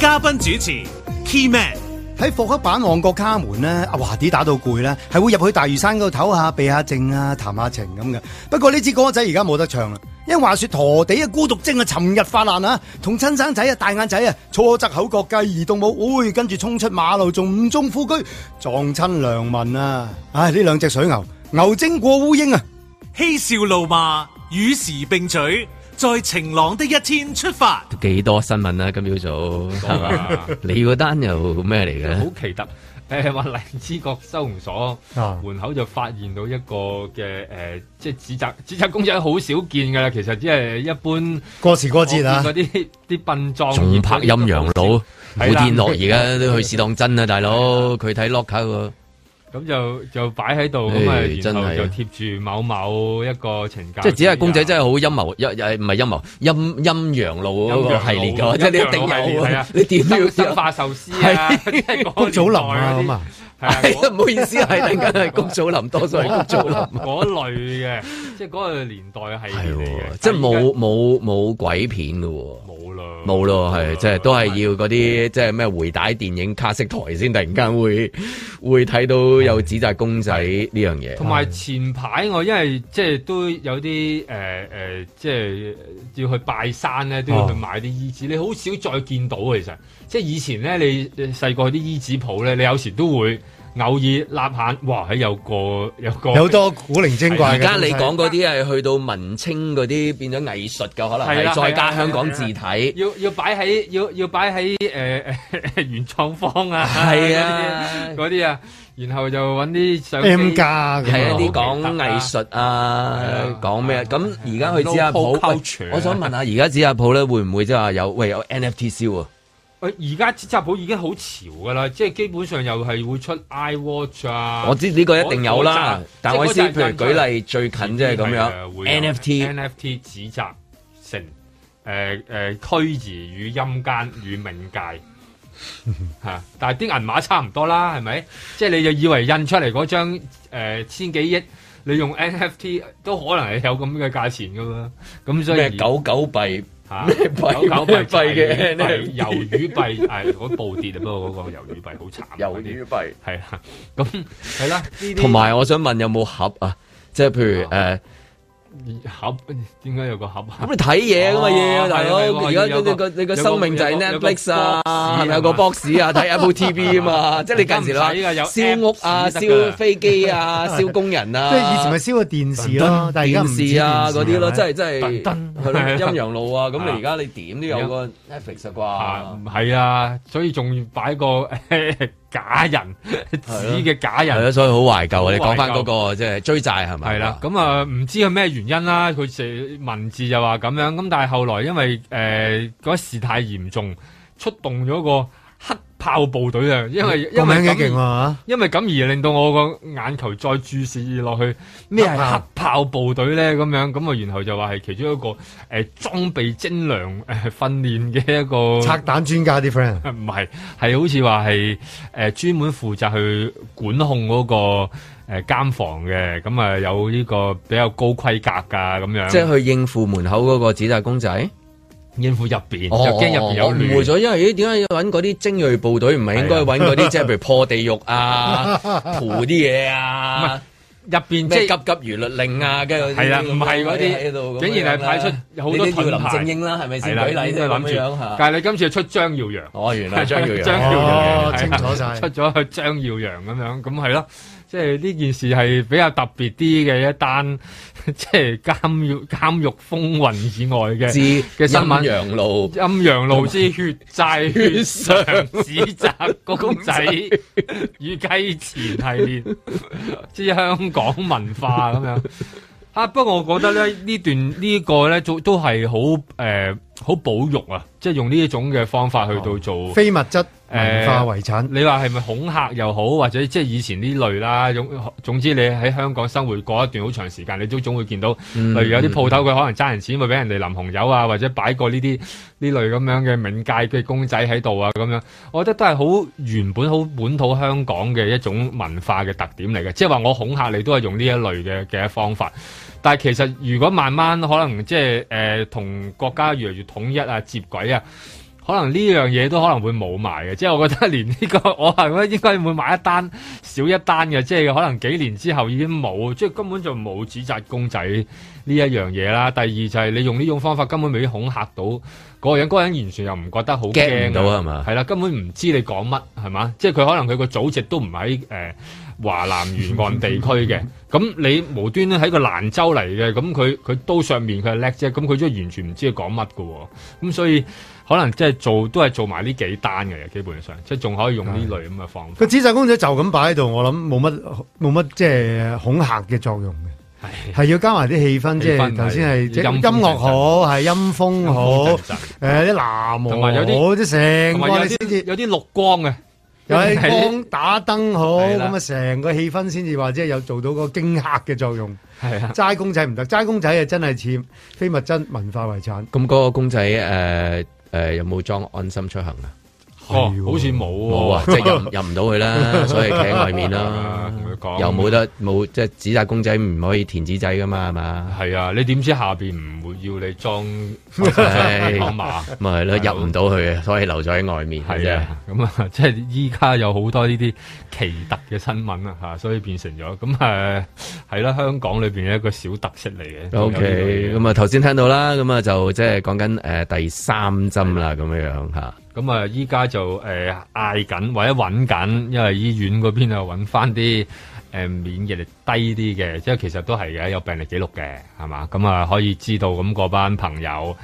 Speaker 1: 嘉賓主持 Key Man。
Speaker 4: 喺復刻版旺角卡門咧，阿華啲打到攰咧，係會入去大嶼山嗰度唞下、避下靜啊、談下情咁嘅。不過呢支歌仔而家冇得唱啦，因為話說陀地嘅孤獨症啊，尋日發爛啊，同親生仔啊、大眼仔啊，錯側口角繼而動武，哎，跟住衝出馬路，仲誤中夫居，撞親良民啊！唉，呢兩隻水牛，牛精過烏蠅啊！
Speaker 1: 嬉笑怒罵，與時並舉，在晴朗的一天出發。
Speaker 2: 幾多新聞啦、今朝早係嘛
Speaker 3: 啊？
Speaker 2: 你嗰單又咩嚟嘅？
Speaker 3: 好奇特。 誒話荔枝角收容所
Speaker 2: 啊
Speaker 3: 門口就發現到一個嘅誒、即係紙紮紙紮公仔好少見㗎啦。其實即係一般
Speaker 4: 過時過節啊
Speaker 3: 我見嗰啲 啲殯葬
Speaker 2: 仲
Speaker 3: 業
Speaker 2: 拍陰陽佬，古天樂而家都去試當真啊，大佬佢睇 lock 卡喎。
Speaker 3: 咁就就擺喺度咁
Speaker 2: 唉
Speaker 3: 啊，
Speaker 2: 真
Speaker 3: 然後
Speaker 2: 係
Speaker 3: 就貼住某某一個情教，
Speaker 2: 即係只係公仔真係好陰謀，一誒唔係陰謀，陰陰陽路嗰個系列㗎，即係你一定有
Speaker 3: 係
Speaker 2: 啊
Speaker 3: 啊！
Speaker 2: 你點都要
Speaker 3: 生化壽司啊，谷
Speaker 2: 祖林
Speaker 3: 啊咁
Speaker 4: 啊，
Speaker 2: 係啊唔好意思，係突然間係谷祖林，多數係谷祖林。
Speaker 3: 嗰類嘅，即係嗰個年代係
Speaker 2: 係喎，即係冇冇冇鬼片嘅喎，
Speaker 3: 冇啦，
Speaker 2: 冇咯，係即係都係要嗰啲即係咩回帶電影卡式台先，突然間 會會睇到有紙紮公仔呢樣嘢。
Speaker 3: 同埋前排我因為即係都有啲誒誒，即係要去拜山
Speaker 4: 哦
Speaker 3: 咧，都要去買啲衣紙。你好少再見到其實，即係以前咧，你你細個去啲衣紙鋪咧，你有時都會偶爾立下，哇！喺有個有個啊
Speaker 4: 有多古靈精怪
Speaker 2: 而
Speaker 4: 嘅東西。
Speaker 2: 家你講嗰啲係去到文青嗰啲變咗藝術嘅，可能
Speaker 3: 係啦
Speaker 2: 係再
Speaker 3: 係
Speaker 2: 加
Speaker 3: 啦
Speaker 2: 香港字體。
Speaker 3: 要要擺喺要要擺喺誒 誒原創方啊，
Speaker 2: 係啊
Speaker 3: 嗰啲嗰啲啊，然後就揾啲相
Speaker 2: M
Speaker 4: 加
Speaker 2: 係一啲講藝術啊，講咩？咁而家去指甲鋪
Speaker 3: Local
Speaker 2: 喂
Speaker 3: culture，
Speaker 2: 我想問下，而家指甲鋪咧會唔會即係話有喂有 NFT 燒啊？
Speaker 3: 喂，而家紙紮鋪已經好潮噶啦，即係基本上又係會出 iWatch 啊。
Speaker 2: 我知呢個一定有啦
Speaker 3: 嗰嗰扎，
Speaker 2: 但我意思，
Speaker 3: 即係嗰扎
Speaker 2: 譬如舉例最近即係咁樣
Speaker 3: 係啊會有
Speaker 2: NFT
Speaker 3: NFT 紙紮成呃誒誒虛擬與陰間與冥 界嚇，但係啲銀碼差唔多啦，係咪？即係你就以為印出嚟嗰張、呃、千幾億，你用 NFT 都可能係有咁嘅價錢噶嘛？咁所以
Speaker 2: 咩狗狗幣
Speaker 3: 嚇
Speaker 2: 咩幣
Speaker 3: 狗狗幣
Speaker 2: 咩幣嘅
Speaker 3: 魷
Speaker 2: NFT
Speaker 3: 魚幣係嗰暴跌啊！不過嗰個魷魚幣好慘啊，魷魚
Speaker 2: 幣
Speaker 3: 係啊啦，咁係啦，呢啲
Speaker 2: 同埋我想問有冇盒啊？即係譬如呃誒，
Speaker 3: 盒點解有個盒？
Speaker 2: 咁你睇嘢噶嘛要大佬，而家你啊個你個生命就係 Netflix 啊，係咪有個 box 啊？睇 Apple TV 啊嘛，即係你近時話燒屋啊、燒飛機 啊、燒工人啊，
Speaker 4: 即係以前咪燒個電視咯，但係而家唔止
Speaker 2: 電視啊
Speaker 4: 電視
Speaker 2: 嗰啲咯，
Speaker 4: 係咪
Speaker 2: 真係真係係咯
Speaker 3: 係啊
Speaker 2: 陰陽路 啊！咁你而家你點都有個 Netflix 啊
Speaker 3: 唔係啊，所以仲要擺個 假人紙嘅假
Speaker 2: 啩？係
Speaker 3: 人
Speaker 2: 咯，。所以好懷舊啊！你講翻
Speaker 3: 好懷
Speaker 2: 嗰個即係追債係咪？
Speaker 3: 係啦，咁啊唔知係咩原因啦，佢寫文字就話咁樣，咁但係後來因為誒嗰、事態嚴重，出動咗個黑炮部隊啊，因為
Speaker 4: 個
Speaker 3: 因為
Speaker 4: 名幾
Speaker 3: 咁
Speaker 4: 勁
Speaker 3: 而
Speaker 4: 啊
Speaker 3: 因為咁而令到我個眼球再注視落去咩係黑啊炮部隊咧咁樣，咁啊然後就話係其中一個誒、呃、裝備精良 誒、呃、訓練嘅一個
Speaker 4: 拆彈專家啲 friend。啊
Speaker 3: 唔係，係好似話係誒專門負責去管控嗰、個誒、呃、監房嘅，咁啊有呢個比較高規格㗎咁樣。
Speaker 2: 即係去應付門口嗰個紙紮公仔。
Speaker 3: 應付入邊，
Speaker 2: 哦
Speaker 3: 就驚入邊有
Speaker 2: 我
Speaker 3: 亂
Speaker 2: 誤會咗，因為咦點解要揾嗰啲精鋭部隊，唔係應該揾嗰
Speaker 3: 係啊
Speaker 2: 啲即係譬如破地獄 啊、屠啲嘢
Speaker 3: 唔係
Speaker 2: 啊。
Speaker 3: 入邊
Speaker 2: 咩
Speaker 3: 即
Speaker 2: 急急如律令啊，跟住
Speaker 3: 係啦唔係嗰啲
Speaker 2: 喺度咁樣啦，啊
Speaker 3: 竟然係派出好
Speaker 2: 呢
Speaker 3: 多
Speaker 2: 啲叫
Speaker 3: 盾
Speaker 2: 林
Speaker 3: 牌
Speaker 2: 正英啦，係咪先？
Speaker 3: 係啦
Speaker 2: 舉例啫
Speaker 3: 應該諗
Speaker 2: 咁
Speaker 3: 住
Speaker 2: 樣嚇。
Speaker 3: 但係你今次出張耀揚，
Speaker 2: 哦，原來係張耀揚
Speaker 3: 張耀
Speaker 2: 哦
Speaker 3: 揚係啊
Speaker 2: 清楚晒
Speaker 3: 出咗去張耀揚咁樣，咁係咯，即係呢件事係比較特別啲嘅一單， 即係監獄監獄風雲以外嘅
Speaker 2: 之
Speaker 3: 嘅新聞。
Speaker 2: 陰陽路
Speaker 3: 陰陽路之血債血償指責公仔與雞前系列之香港文化咁樣。啊！不過我覺得咧，呢段呢個咧，都都係好誒好保育啊，即係用呢一種嘅方法去到做
Speaker 4: 哦非物質文化
Speaker 3: 誒
Speaker 4: 遺產。
Speaker 3: 呃你話係咪恐嚇又好，或者即係以前呢類啦，總總之你喺香港生活過一段好長時間，你都總會見到，
Speaker 2: 嗯
Speaker 3: 例如有啲鋪頭佢可能爭人錢，會俾人哋淋紅油啊，或者擺個呢啲呢類咁樣嘅冥界嘅公仔喺度啊，咁樣，我覺得都係好原本好本土香港嘅一種文化嘅特點嚟嘅，即係話我恐嚇你都係用呢一類嘅嘅方法。但係其實如果慢慢可能即係誒同國家越嚟越統一啊、接軌啊， 可能呢樣嘢都可能會冇埋嘅。即係我覺得連呢、個我係覺得應該會買一單少一單嘅，即係可能幾年之後已經冇，即係根本就冇紙紮公仔呢一樣嘢啦。第二就係你用呢種方法根本未必恐嚇到嗰個人，嗰個人完全又唔覺得好
Speaker 2: Get
Speaker 3: 驚
Speaker 2: 唔到係嘛
Speaker 3: 係啦，根本唔知你講乜係嘛？即係佢可能佢個祖籍都唔喺誒。呃華南沿岸地
Speaker 2: 嗯
Speaker 3: 區嘅，咁你無端端喺個蘭州嚟嘅，咁佢佢刀上面佢係叻啫，咁佢都完全唔知佢講乜嘅喎，咁所以可能即係做都係做埋呢幾單嘅，基本上即係仲可以用呢類咁嘅方法。
Speaker 4: 個紙紮公仔就咁擺喺度，我諗冇乜冇乜即係恐嚇嘅作用嘅，係要加埋啲氣氛，即
Speaker 3: 氣氛
Speaker 4: 係頭先係
Speaker 3: 係
Speaker 4: 即係
Speaker 3: 陰風
Speaker 4: 音樂好，係陰風好，
Speaker 3: 陰
Speaker 4: 誒
Speaker 3: 風陣陣
Speaker 4: 啲南
Speaker 3: 同埋有啲
Speaker 4: 無好，即係成
Speaker 3: 同埋
Speaker 4: 個
Speaker 3: 有
Speaker 4: 你先至
Speaker 3: 有啲綠光啊嘅，
Speaker 4: 有啲
Speaker 3: 係
Speaker 4: 光打燈好，
Speaker 3: 係啦
Speaker 4: 咁啊成個氣氛先至話即係有做到個驚嚇嘅作用。
Speaker 3: 係啊
Speaker 4: 齋公仔唔得，齋公仔啊真係似非物質文化遺產。
Speaker 2: 咁嗰個公仔誒誒有冇裝安心出行啊？
Speaker 3: 哦，好似冇喎
Speaker 2: 冇 啊，即係入入唔到去啦，所以企喺外面啦。
Speaker 3: 啊講
Speaker 2: 又冇得冇即係紙紮公仔唔可以填紙仔噶嘛，係嘛？
Speaker 3: 係啊，你點知下邊 唔會要你 裝
Speaker 2: 唉
Speaker 3: 裝馬？
Speaker 2: 咪係咯，入唔到去啊，所以留咗喺外面。
Speaker 3: 係啊，咁啊， 即係依家有好多呢啲奇特嘅新聞啊，嚇，所以變成咗咁誒，係啦，香港裏邊一個小特色嚟嘅。
Speaker 2: O K，咁啊頭先聽到啦，咁啊就即係講緊誒第三針啦，咁樣樣嚇。
Speaker 3: 咁啊，依家就誒嗌緊或者揾緊，因為醫院嗰邊啊揾翻啲誒免疫力低啲嘅，即係其實都係嘅，有病歷記錄嘅，係嘛？咁啊，可以知道咁嗰班朋友誒、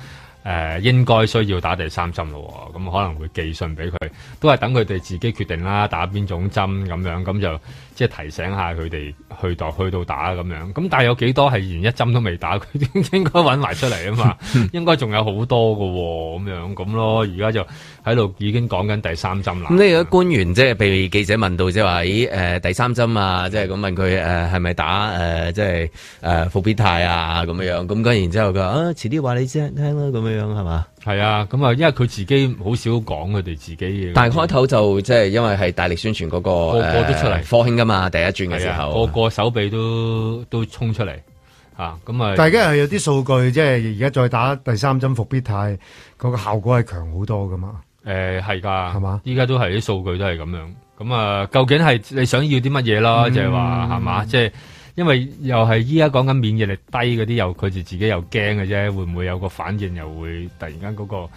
Speaker 3: 呃、應該需要打第三針咯喎，咁可能會寄信俾佢，都係等佢哋自己決定啦，打邊種針咁樣，咁就即係提醒下佢哋去到去到打咁樣。咁但係有幾多係連一針都未打，佢應該揾埋出嚟 啊嘛。應該仲有好多㗎喎，咁樣咁咯。而家就喺度已經講緊第三針啦
Speaker 2: 咁。呢個官員即係被記者問到，即係話咦誒第三針啊，即係咁問佢誒係咪打誒即係誒復必泰啊咁樣樣，咁跟然之後佢話啊遲啲話你知聽啦咁樣樣係嘛？
Speaker 3: 係啊，咁啊，因為佢自己好少講佢哋自己嘅。
Speaker 2: 但係開頭就即係因為係大力宣傳嗰、個
Speaker 3: 個個都出嚟
Speaker 2: 呃科興噶嘛，第一轉嘅時
Speaker 3: 係啊，
Speaker 2: 候
Speaker 3: 個。個手臂都都衝出嚟嚇，咁啊，
Speaker 4: 大家又有啲數據，即係而家再打第三針復必泰，嗰個效果係強好多噶嘛。
Speaker 3: 誒係呃㗎，係嘛？依家都係啲數據都係咁樣。咁啊，究竟係你想要啲乜嘢啦？
Speaker 2: 嗯
Speaker 3: 就係話係嘛？即係因為又係依家講緊免疫力低嗰啲，又佢哋自己又驚嘅啫。會唔會有個反應又會突然間嗰個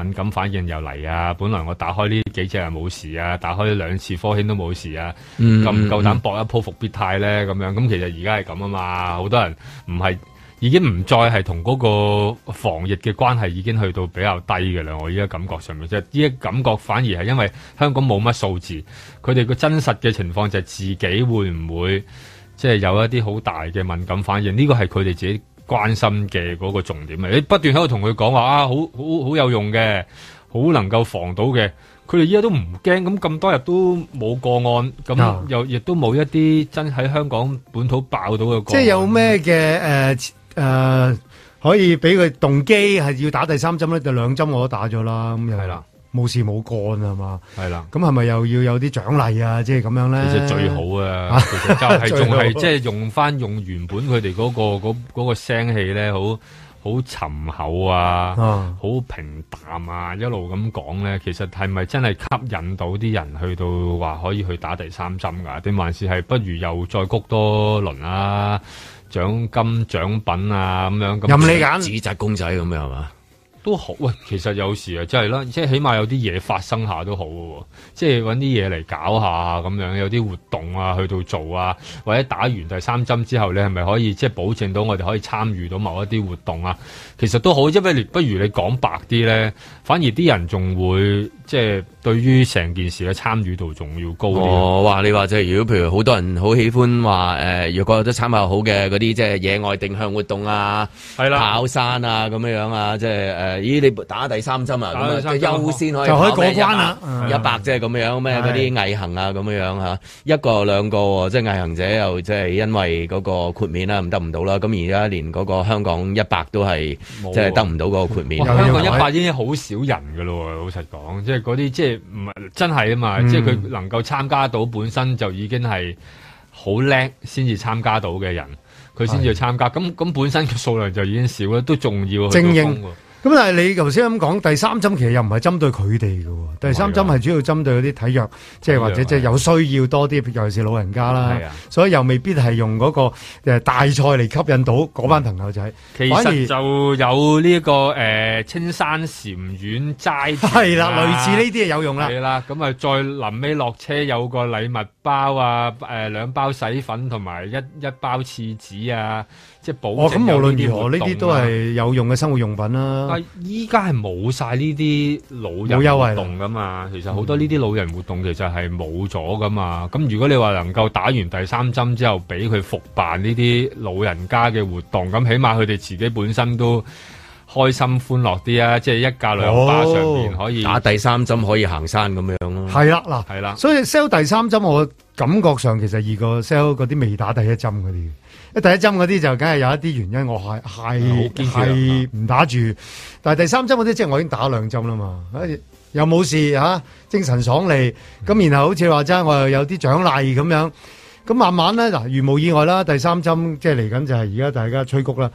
Speaker 3: 敏感反應又嚟啊？本來我打開呢幾隻又冇事啊，打開兩次科興都冇事啊，
Speaker 2: 嗯
Speaker 3: 夠唔夠膽
Speaker 2: 嗯
Speaker 3: 搏一鋪復必泰咧？咁樣咁其實而家係咁啊嘛，好多人唔係。已經唔再係同嗰個防疫嘅關係已經去到比較低嘅啦，我依家感覺上面，即係依家感覺反而係因為香港冇乜數字，佢哋個真實嘅情況就係自己會唔會即係有一啲好大嘅敏感反應，呢個係佢哋自己關心嘅嗰個重點啊！你不斷喺度同佢講話啊，好好好有用嘅，好能夠防到嘅，佢哋依家都唔驚，咁咁多日都冇個案，
Speaker 4: 啊
Speaker 3: 咁又亦都冇一啲真喺香港本土爆到嘅個案，
Speaker 4: 即係有咩嘅誒誒，可以俾佢動機係要打第三針咧？就兩針我都打咗啦，咁又係啦，冇事冇幹係嘛？
Speaker 3: 係啦。
Speaker 4: 咁係咪又要有啲獎勵啊？即係咁樣咧？
Speaker 3: 其實最好 啊，其實就係仲係即
Speaker 4: 最好
Speaker 3: 係用翻用原本佢哋嗰個嗰嗰個聲氣咧，好好沉厚啊，
Speaker 4: 啊
Speaker 3: 好平淡啊，一路咁講咧，其實係咪真係吸引到啲人去到話可以去打第三針㗎？定還是係不如又再谷多輪啊？獎金獎品啊咁樣咁，
Speaker 2: 任你揀紙紮公仔咁樣係嘛？
Speaker 3: 都好喂，其實有時啊，真係啦，即係起碼有啲嘢發生下都好嘅喎，即係揾啲嘢嚟搞下咁樣，有啲活動啊，去到做啊，或者打完第三針之後，你係咪可以即係保證到我哋可以參與到某一啲活動啊？其實都好，因為你不如你講白啲咧，反而啲人仲會即係對於成件事嘅參與度仲要高啲。啊
Speaker 2: 哦，哇！你話即係如果譬如好多人好喜歡話誒，呃若果有得參考好嘅嗰啲即係野外定向活動啊，
Speaker 3: 係
Speaker 2: 啦，跑山啊咁樣樣啊，即係誒，咦你打第三針啊，
Speaker 3: 打第
Speaker 2: 咁啊
Speaker 3: 三針
Speaker 2: 即係優先可以
Speaker 3: 就可以
Speaker 2: 跑咩
Speaker 3: 過關啦
Speaker 2: 一百
Speaker 3: 嗯
Speaker 2: 一百即係咁樣咩嗰啲毅行啊咁樣樣嚇，一個兩個喎即係毅行者又即係因為嗰個豁免啊啦，唔得唔到啦，咁而家連嗰個香港一百都係
Speaker 3: 冇
Speaker 2: 即係
Speaker 3: 喎
Speaker 2: 得唔到嗰個豁免。
Speaker 3: 哇香港一百已經好少人噶咯喎，老實講，即係嗰啲即係唔係真係啊嘛，
Speaker 2: 嗯
Speaker 3: 即係佢能夠參加到本身就已經係好叻先至參加到嘅人，佢先至參加。咁咁本身嘅數量就已經少啦，都仲要去到
Speaker 4: 精
Speaker 3: 封
Speaker 4: 英
Speaker 3: 喎。
Speaker 4: 咁但係你頭先咁講，第三針其實又唔係針對佢哋嘅喎，第三針係主要針對嗰啲體弱，即係或者即係有需要多啲，尤其是老人家啦
Speaker 3: 啊係啊，
Speaker 4: 所以又未必係用嗰個誒大賽嚟吸引到嗰班朋友仔，
Speaker 3: 啊其
Speaker 4: 反而
Speaker 3: 實就有呢、個呃青山禪院齋
Speaker 4: 係啦類似呢啲嘢有用啦
Speaker 3: 係啦，咁啊再臨尾落車有個禮物包啊，誒、兩包洗粉同埋一一包廁紙啊，即係保
Speaker 4: 哦，咁
Speaker 3: 證有
Speaker 4: 無
Speaker 3: 呢
Speaker 4: 論
Speaker 3: 啲
Speaker 4: 如何，
Speaker 3: 活
Speaker 4: 呢
Speaker 3: 動
Speaker 4: 啲都
Speaker 3: 啊
Speaker 4: 係有用嘅生活用品啦。
Speaker 3: 但啊依家係冇晒呢啲老
Speaker 4: 啊冇優
Speaker 3: 人
Speaker 4: 惠啦
Speaker 3: 活
Speaker 4: 嗯
Speaker 3: 動噶嘛，其實好多呢啲老人活動其實係冇咗噶嘛。咁如果你話能夠打完第三針之後，俾佢復辦呢啲老人家嘅活動，咁起碼佢哋自己本身都開心歡樂啲啊！即係一架
Speaker 4: 哦
Speaker 3: 兩巴上面可以、
Speaker 2: 打第三針可以行山咁樣咯。
Speaker 4: 係啦，嗱，
Speaker 3: 係啦，
Speaker 4: 所以 sell 第三針，我感覺上其實易過 sell 嗰啲未打第一針嗰啲。因為第一針嗰啲就梗係有一啲原因，我係係
Speaker 3: 堅決啊
Speaker 4: 係唔打住，但係第三針嗰啲即係我已經打兩針啦嘛，哎又冇事嚇、啊精神爽利。咁然後好似話齋，我又有啲獎勵咁樣。咁慢慢咧，嗱，如無意外啦，第三針即係嚟緊就係而家大家吹谷啦。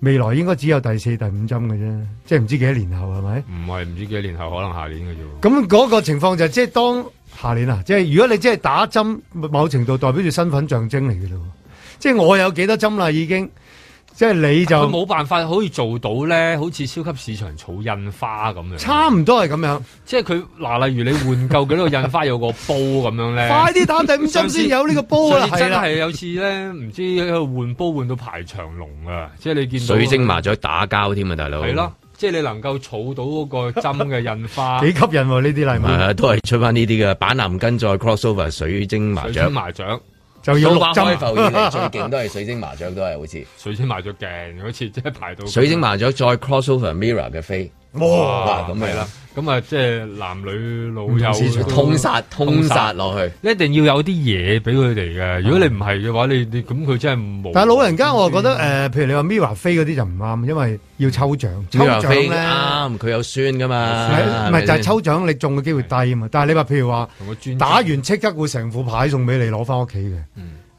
Speaker 4: 未來應該只有第四、第五針嘅啫，即係唔知幾多年後係咪？
Speaker 3: 唔係唔知幾年後，可能下年嘅啫喎。
Speaker 4: 咁嗰個情況就即係當下年啊，即係如果你即係打針，某程度代表住身份象徵嚟嘅咯。即係我有幾多針啦，已經，即係你就
Speaker 2: 啊
Speaker 3: 佢冇辦法可以做到咧，好似超級市場儲印花咁樣。
Speaker 4: 差唔多係咁樣。
Speaker 3: 即係佢嗱，例如你換夠幾多個印花有個煲咁樣咧，
Speaker 4: 快啲打第五針先有呢個煲啦
Speaker 3: 上次真
Speaker 4: 係啦
Speaker 3: 係有次咧，唔知喺度換煲換到排長龍啊！即係你見到
Speaker 2: 水晶麻雀打交添啊，大佬。
Speaker 3: 係咯，，即係你能夠儲到嗰個針嘅印花，
Speaker 4: 幾吸引喎呢啲
Speaker 2: 係
Speaker 4: 禮
Speaker 3: 嗯
Speaker 4: 物，
Speaker 2: 啊，都係出翻呢啲嘅板藍根再 crossover 水晶麻
Speaker 3: 水
Speaker 2: 雀
Speaker 3: 晶。麻雀。
Speaker 4: 就要六針
Speaker 2: 數碼開埠以嚟最勁都係水晶麻雀，都係好似
Speaker 3: 水晶麻雀勁，好似即係排到
Speaker 2: 水晶麻雀再 crossover mirror 嘅飛。哇咁
Speaker 3: 係
Speaker 2: 樣
Speaker 3: 啦，咁啊，即係男女老
Speaker 2: 唔同市
Speaker 3: 幼
Speaker 2: 場通殺通殺落去，
Speaker 3: 一定要有啲嘢俾佢哋嘅。如果你唔係嘅話，你你咁佢真係冇。
Speaker 4: 但係老人家，我覺得誒、呃譬如你話 Mira 飛嗰啲就唔啱，因為要抽獎，抽
Speaker 2: mirror
Speaker 4: 獎
Speaker 2: 飛
Speaker 4: 咧。
Speaker 2: 啱，佢有酸噶
Speaker 3: 啊
Speaker 2: 嘛，
Speaker 4: 係唔係
Speaker 2: 咪
Speaker 4: 就係
Speaker 2: 先
Speaker 4: 抽獎，你中嘅機會低啊嘛。但係你話譬如話
Speaker 3: 個專嗯
Speaker 4: 打完即刻會成副牌送俾你攞翻屋企嘅，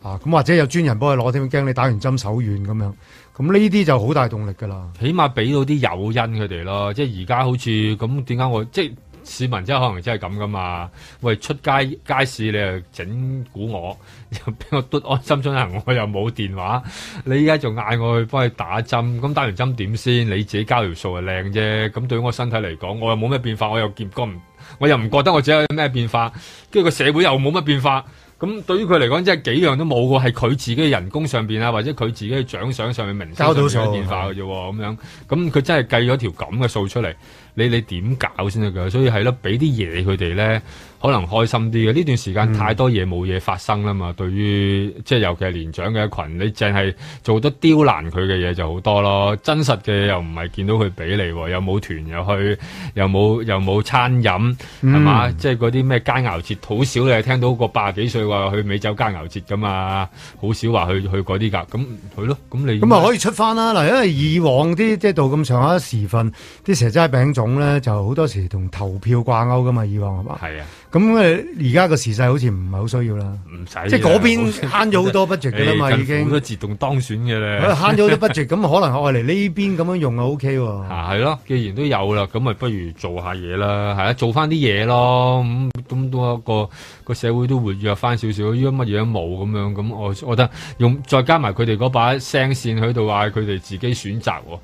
Speaker 4: 啊咁或者有專人幫你攞添，驚你打完針手軟咁樣。咁呢啲就好大動力㗎啦。
Speaker 3: 起碼俾到啲誘因佢哋咯，即係而家好似
Speaker 4: 嗯
Speaker 3: 咁點解我即係市民真係可能真係咁噶嘛？喂，出街街市你又整蠱我， 又俾我嘟安心出行，我又冇電話，你依家仲嗌我去幫佢打針，咁打完針點先？你自己交條數係靚啫，咁對於我身體嚟講，我又冇咩變化，我又見覺唔，我又唔覺得我自己有咩變化，跟住個社會又冇乜變化。咁對於佢嚟講，即係幾樣都冇喎，係佢自己嘅人工上邊啊，或者佢自己嘅獎賞上面、名聲
Speaker 4: 交
Speaker 3: 上
Speaker 4: 到
Speaker 3: 面
Speaker 4: 數
Speaker 3: 嘅變化嘅啫喎，咁樣咁佢真係計咗條咁嘅數出嚟，你你點搞先得㗎？所以係咯，俾啲嘢佢哋咧，可能開心啲嘅。呢段時間太多嘢冇嘢發生啦
Speaker 4: 嗯
Speaker 3: 嘛，對於即係尤其係年長嘅一群，你淨係做得刁難佢嘅嘢就好多咯。真實嘅又唔係見到佢俾你喎，又冇團又去，又冇又冇餐飲，係嘛、
Speaker 4: 嗯
Speaker 3: 即係嗰啲咩佳肴節，好少你聽到個八十幾歲話去美酒佳肴節噶嘛，好少話去去嗰啲㗎。咁佢咯，咁你
Speaker 4: 咁啊可以出翻啦，嗱，因為以往啲即係到咁上下時份，啲蛇齋餅種咧就好多時同投票掛鈎噶嘛，以往係嘛？
Speaker 3: 係啊。
Speaker 4: 咁呃誒，而家個時勢好似唔係好需要啦，
Speaker 3: 唔使
Speaker 4: 即係嗰邊
Speaker 3: 啦
Speaker 4: 慳咗好多 budget 㗎啦嘛
Speaker 3: 誒
Speaker 4: 已經
Speaker 3: 哎政府都自動當選嘅咧，
Speaker 4: 佢 慳咗好多 budget，咁可能愛嚟呢邊咁樣用啊 OK 喎。
Speaker 3: 啊，係咯，既然都有啦，咁咪不如做下嘢啦，係啊，做翻啲嘢咯，咁咁都一個個社會都活躍翻少少，如果乜嘢都冇咁樣，咁我我覺得用再加埋佢哋嗰把聲線喺度嗌佢哋自己選擇喎。